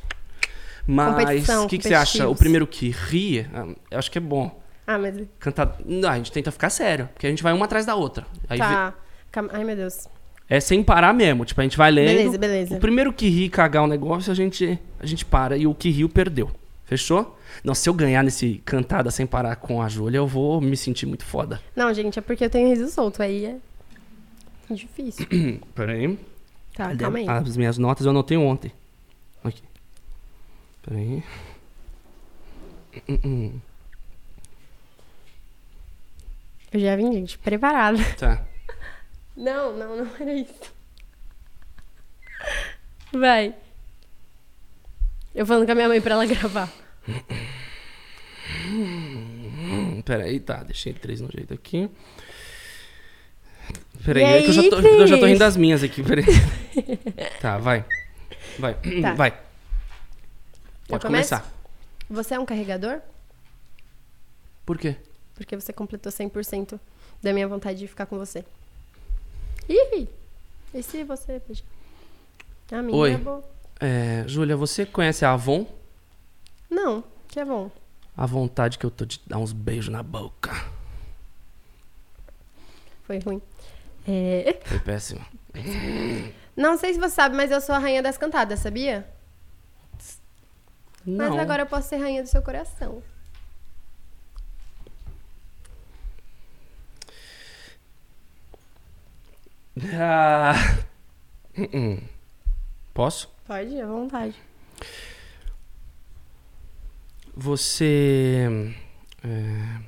Speaker 1: Mas
Speaker 2: Competição,
Speaker 1: o que, que você acha? O
Speaker 2: competitivos.
Speaker 1: primeiro que ri, ah, eu acho que é bom.
Speaker 2: Ah, mas.
Speaker 1: Cantar. Não, a gente tenta ficar sério, porque a gente vai uma atrás da outra. Aí vê-
Speaker 2: Tá. Calma- Ai, meu Deus.
Speaker 1: é sem parar mesmo, tipo, a gente vai lendo.
Speaker 2: Beleza, beleza.
Speaker 1: O primeiro que ri e cagar um negócio, a gente, a gente para. E o que riu, perdeu. Fechou? Não, se eu ganhar nesse cantada sem parar com a Júlia, eu vou me sentir muito foda.
Speaker 2: Não, gente, é porque eu tenho riso solto. Aí é. Difícil.
Speaker 1: Pera aí.
Speaker 2: Tá,
Speaker 1: Cadê
Speaker 2: calma aí.
Speaker 1: As minhas notas eu anotei ontem. Aqui. Pera aí. Hum, hum.
Speaker 2: Eu já vim, gente, preparada.
Speaker 1: Tá.
Speaker 2: Não, não, não era isso. Vai. Eu falando com a minha mãe pra ela gravar.
Speaker 1: Hum, Pera aí, tá. Deixei três no jeito aqui. Pera
Speaker 2: E
Speaker 1: aí, é que eu já,
Speaker 2: aí,
Speaker 1: tô, eu já tô
Speaker 2: Cris?
Speaker 1: rindo das minhas aqui. Pera aí. tá, vai. Vai.
Speaker 2: Tá.
Speaker 1: Vai.
Speaker 2: Eu
Speaker 1: Pode
Speaker 2: começo?
Speaker 1: começar.
Speaker 2: Você é um carregador?
Speaker 1: Por quê?
Speaker 2: Porque você completou 100% da minha vontade de ficar com você. Ih! E se você beijar? A minha
Speaker 1: Oi.
Speaker 2: é boa.
Speaker 1: É, Júlia, você conhece a Avon?
Speaker 2: Não, que é bom.
Speaker 1: A vontade que eu tô de dar uns beijos na boca.
Speaker 2: Foi ruim. É,
Speaker 1: Foi péssimo.
Speaker 2: Não sei se você sabe, mas eu sou a rainha das cantadas, sabia?
Speaker 1: Não.
Speaker 2: Mas agora eu posso ser rainha do seu coração.
Speaker 1: Ah. Hum, hum. Posso?
Speaker 2: Pode, à vontade.
Speaker 1: Você. é,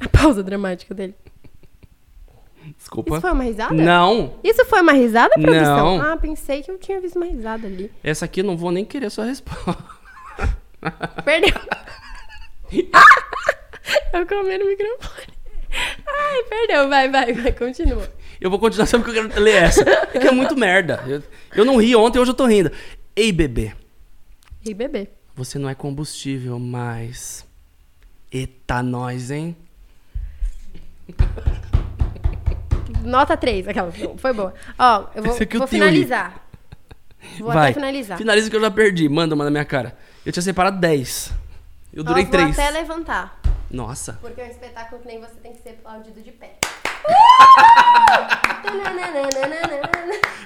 Speaker 2: A pausa dramática dele.
Speaker 1: Desculpa.
Speaker 2: Isso foi uma risada?
Speaker 1: Não!
Speaker 2: Isso foi uma risada, produção?
Speaker 1: Não.
Speaker 2: Ah, pensei que eu tinha visto uma risada ali.
Speaker 1: Essa aqui eu não vou nem querer sua resposta.
Speaker 2: Perdeu. Ah! eu comi no microfone. Ai, perdeu. Vai, vai, vai. Continua.
Speaker 1: Eu vou continuar só porque eu quero ler essa. É que é muito merda. Eu, eu não ri ontem, hoje eu tô rindo. Ei, bebê.
Speaker 2: E bebê.
Speaker 1: Você não é combustível, mas. Eita, nós, hein?
Speaker 2: Nota 3, aquela. Não, Foi boa. Ó, eu vou,
Speaker 1: Esse aqui é eu
Speaker 2: vou
Speaker 1: tenho ali.
Speaker 2: finalizar. Vou até finalizar.
Speaker 1: Finaliza que eu já perdi. Manda uma na minha cara. Eu tinha separado 10. Eu durei
Speaker 2: Ó, vou
Speaker 1: 3.
Speaker 2: até levantar.
Speaker 1: Nossa.
Speaker 2: Porque um espetáculo que nem você tem que ser aplaudido de pé.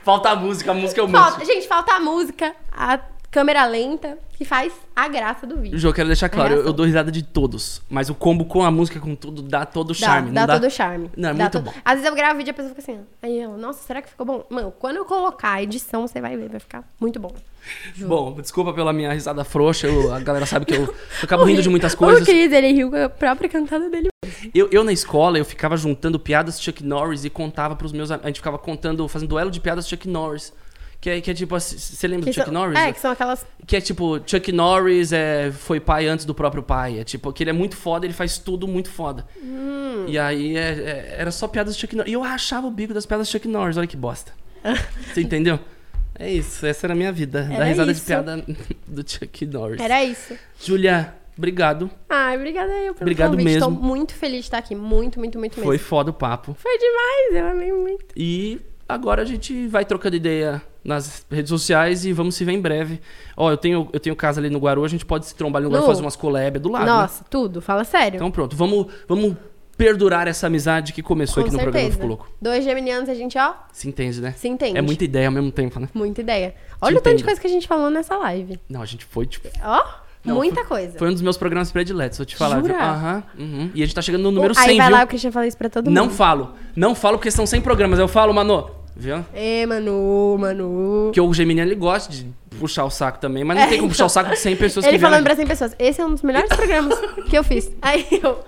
Speaker 1: Falta a música, a música é o músico.
Speaker 2: Falta, gente, falta a música, a câmera lenta, que faz a graça do vídeo.
Speaker 1: Jô, eu quero deixar claro, eu,
Speaker 2: Reação.
Speaker 1: eu dou risada de todos. Mas o combo com a música, com tudo, dá todo o charme.
Speaker 2: dá,
Speaker 1: não
Speaker 2: dá todo o charme.
Speaker 1: Não, é
Speaker 2: Dá
Speaker 1: muito
Speaker 2: todo-
Speaker 1: bom.
Speaker 2: Às vezes eu gravo vídeo e a pessoa fica assim, ó. aí eu, nossa, será que ficou bom? Mano, quando eu colocar a edição, você vai ver, vai ficar muito bom.
Speaker 1: Bom, desculpa pela minha risada frouxa. eu- a galera sabe que eu, eu acabo rindo de muitas coisas.
Speaker 2: O Cris, ele riu com a própria cantada dele.
Speaker 1: Eu, eu na escola, eu ficava juntando piadas Chuck Norris e contava pros meus. am- A gente ficava contando, fazendo duelo de piadas Chuck Norris. Que é, que é tipo, assim, você lembra
Speaker 2: Que
Speaker 1: do Chuck
Speaker 2: são-
Speaker 1: Norris?
Speaker 2: É, que são aquelas.
Speaker 1: Que é tipo, Chuck Norris é, foi pai antes do próprio pai. É tipo, que ele é muito foda, ele faz tudo muito foda.
Speaker 2: Hum.
Speaker 1: E aí é- é- era só piadas do Chuck Norris. E eu rachava o bico das piadas do Chuck Norris, olha que bosta. Você entendeu? É isso, essa era a minha vida.
Speaker 2: Era
Speaker 1: da risada de
Speaker 2: isso.
Speaker 1: piada do Chuck Norris.
Speaker 2: Era isso.
Speaker 1: Julia, obrigado.
Speaker 2: Ai, obrigada eu pelo
Speaker 1: Obrigado
Speaker 2: convite. Tô
Speaker 1: mesmo.
Speaker 2: muito feliz de estar aqui. Muito, muito, muito mesmo.
Speaker 1: Foi foda o papo.
Speaker 2: Foi demais, eu amei muito.
Speaker 1: E agora a gente vai trocando ideia nas redes sociais e vamos se ver em breve. Ó, eu tenho, eu tenho casa ali no Guarulhos, a gente pode se trombar ali no Guarulhos,
Speaker 2: Nu.
Speaker 1: fazer umas collab é do lado. né?
Speaker 2: Nossa, tudo, fala sério.
Speaker 1: Então pronto, vamos, vamos perdurar essa amizade que começou aqui no programa do Fico Louco.
Speaker 2: Dois geminianos, a gente, ó,
Speaker 1: Se entende, né?
Speaker 2: se entende.
Speaker 1: É muita ideia ao mesmo tempo, né?
Speaker 2: Muita ideia. Olha o tanto de
Speaker 1: entendo.
Speaker 2: coisa que a gente falou nessa live.
Speaker 1: Não, a gente foi, tipo,
Speaker 2: Ó,
Speaker 1: Não,
Speaker 2: muita coisa.
Speaker 1: foi um dos meus programas prediletos, vou te falar. viu?
Speaker 2: é. Jura?
Speaker 1: Aham. uhum. E a gente tá chegando no número
Speaker 2: Aí
Speaker 1: 100,
Speaker 2: vai
Speaker 1: viu?
Speaker 2: lá, o Christian fala isso pra todo
Speaker 1: Não
Speaker 2: mundo.
Speaker 1: falo. Não falo porque são 100 programas. Eu falo, Mano, viu?
Speaker 2: Ê, É, Manu, Manu.
Speaker 1: Porque o Geminiano ele gosta de puxar o saco também, mas não
Speaker 2: É,
Speaker 1: tem como puxar
Speaker 2: então.
Speaker 1: o saco de 100 pessoas
Speaker 2: Ele
Speaker 1: que né? vieram
Speaker 2: falando
Speaker 1: aqui.
Speaker 2: pra 100 pessoas. Esse é um dos melhores programas que eu fiz. Aí eu.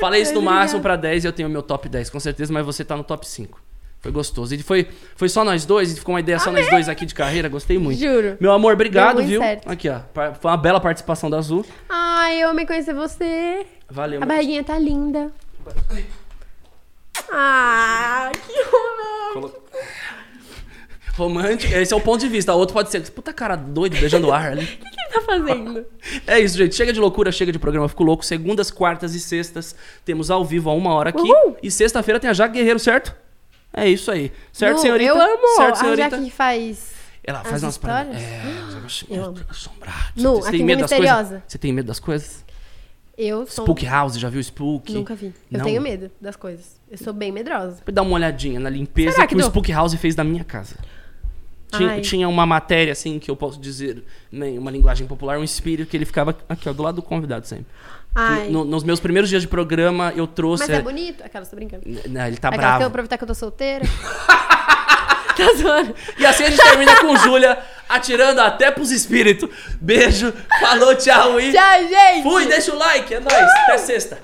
Speaker 1: Falei isso no
Speaker 2: Obrigada.
Speaker 1: máximo pra 10 e eu tenho o meu top 10, com certeza, mas você tá no top 5. Foi gostoso. E foi, foi só nós dois, e ficou uma ideia
Speaker 2: Ah,
Speaker 1: só nós
Speaker 2: é?
Speaker 1: dois aqui de carreira, gostei muito.
Speaker 2: Juro.
Speaker 1: Meu amor, obrigado,
Speaker 2: Deu muito
Speaker 1: viu?
Speaker 2: certo.
Speaker 1: Aqui, ó. pa- Foi uma bela participação da Azul.
Speaker 2: Ai, eu amei conhecer você.
Speaker 1: Valeu.
Speaker 2: A
Speaker 1: meu-
Speaker 2: barriguinha tá linda. Ah, que romântico.
Speaker 1: Colo- Romântico, esse é o ponto de vista. O outro pode ser, puta cara doido, beijando o ar ali.
Speaker 2: O que ele tá fazendo?
Speaker 1: É isso, gente. Chega de loucura, chega de programa. Fico louco. Segundas, quartas e sextas temos ao vivo a uma hora aqui.
Speaker 2: Uhul.
Speaker 1: E sexta-feira tem a Jaque Guerreiro, certo? É isso aí. Certo,
Speaker 2: Nu,
Speaker 1: senhorita?
Speaker 2: Eu amo.
Speaker 1: Certo,
Speaker 2: A
Speaker 1: senhorita?
Speaker 2: Jaque que faz.
Speaker 1: Ela faz
Speaker 2: As
Speaker 1: umas paradas.
Speaker 2: histórias?
Speaker 1: É, os negócios-
Speaker 2: Eu amo.
Speaker 1: assombrado.
Speaker 2: Nu,
Speaker 1: Você
Speaker 2: aqui
Speaker 1: tem
Speaker 2: no
Speaker 1: medo das coisas?
Speaker 2: Misteriosa.
Speaker 1: Você tem medo das coisas?
Speaker 2: Eu sou.
Speaker 1: Spook House, já viu Spook?
Speaker 2: Nunca vi.
Speaker 1: Não?
Speaker 2: Eu tenho medo das coisas. Eu sou bem medrosa.
Speaker 1: Fui dar uma olhadinha na limpeza
Speaker 2: Será
Speaker 1: que,
Speaker 2: que
Speaker 1: o
Speaker 2: deu?
Speaker 1: Spook House fez da minha casa. Tinha,
Speaker 2: Ai.
Speaker 1: tinha uma matéria, assim, que eu posso dizer, né, em uma linguagem popular, um espírito que ele ficava aqui, ó, do lado do convidado sempre.
Speaker 2: Ai.
Speaker 1: No- nos meus primeiros dias de programa, eu trouxe.
Speaker 2: Mas é bonito. Aquela, tô brincando.
Speaker 1: Não, ele tá
Speaker 2: Aquela que é eu
Speaker 1: bravo.
Speaker 2: aproveitar que eu tô solteira. tá zoando.
Speaker 1: E assim a gente termina com Júlia atirando até pros espíritos. Beijo, falou, tchau e.
Speaker 2: Tchau, gente.
Speaker 1: Fui, deixa o like, é nóis. Até sexta.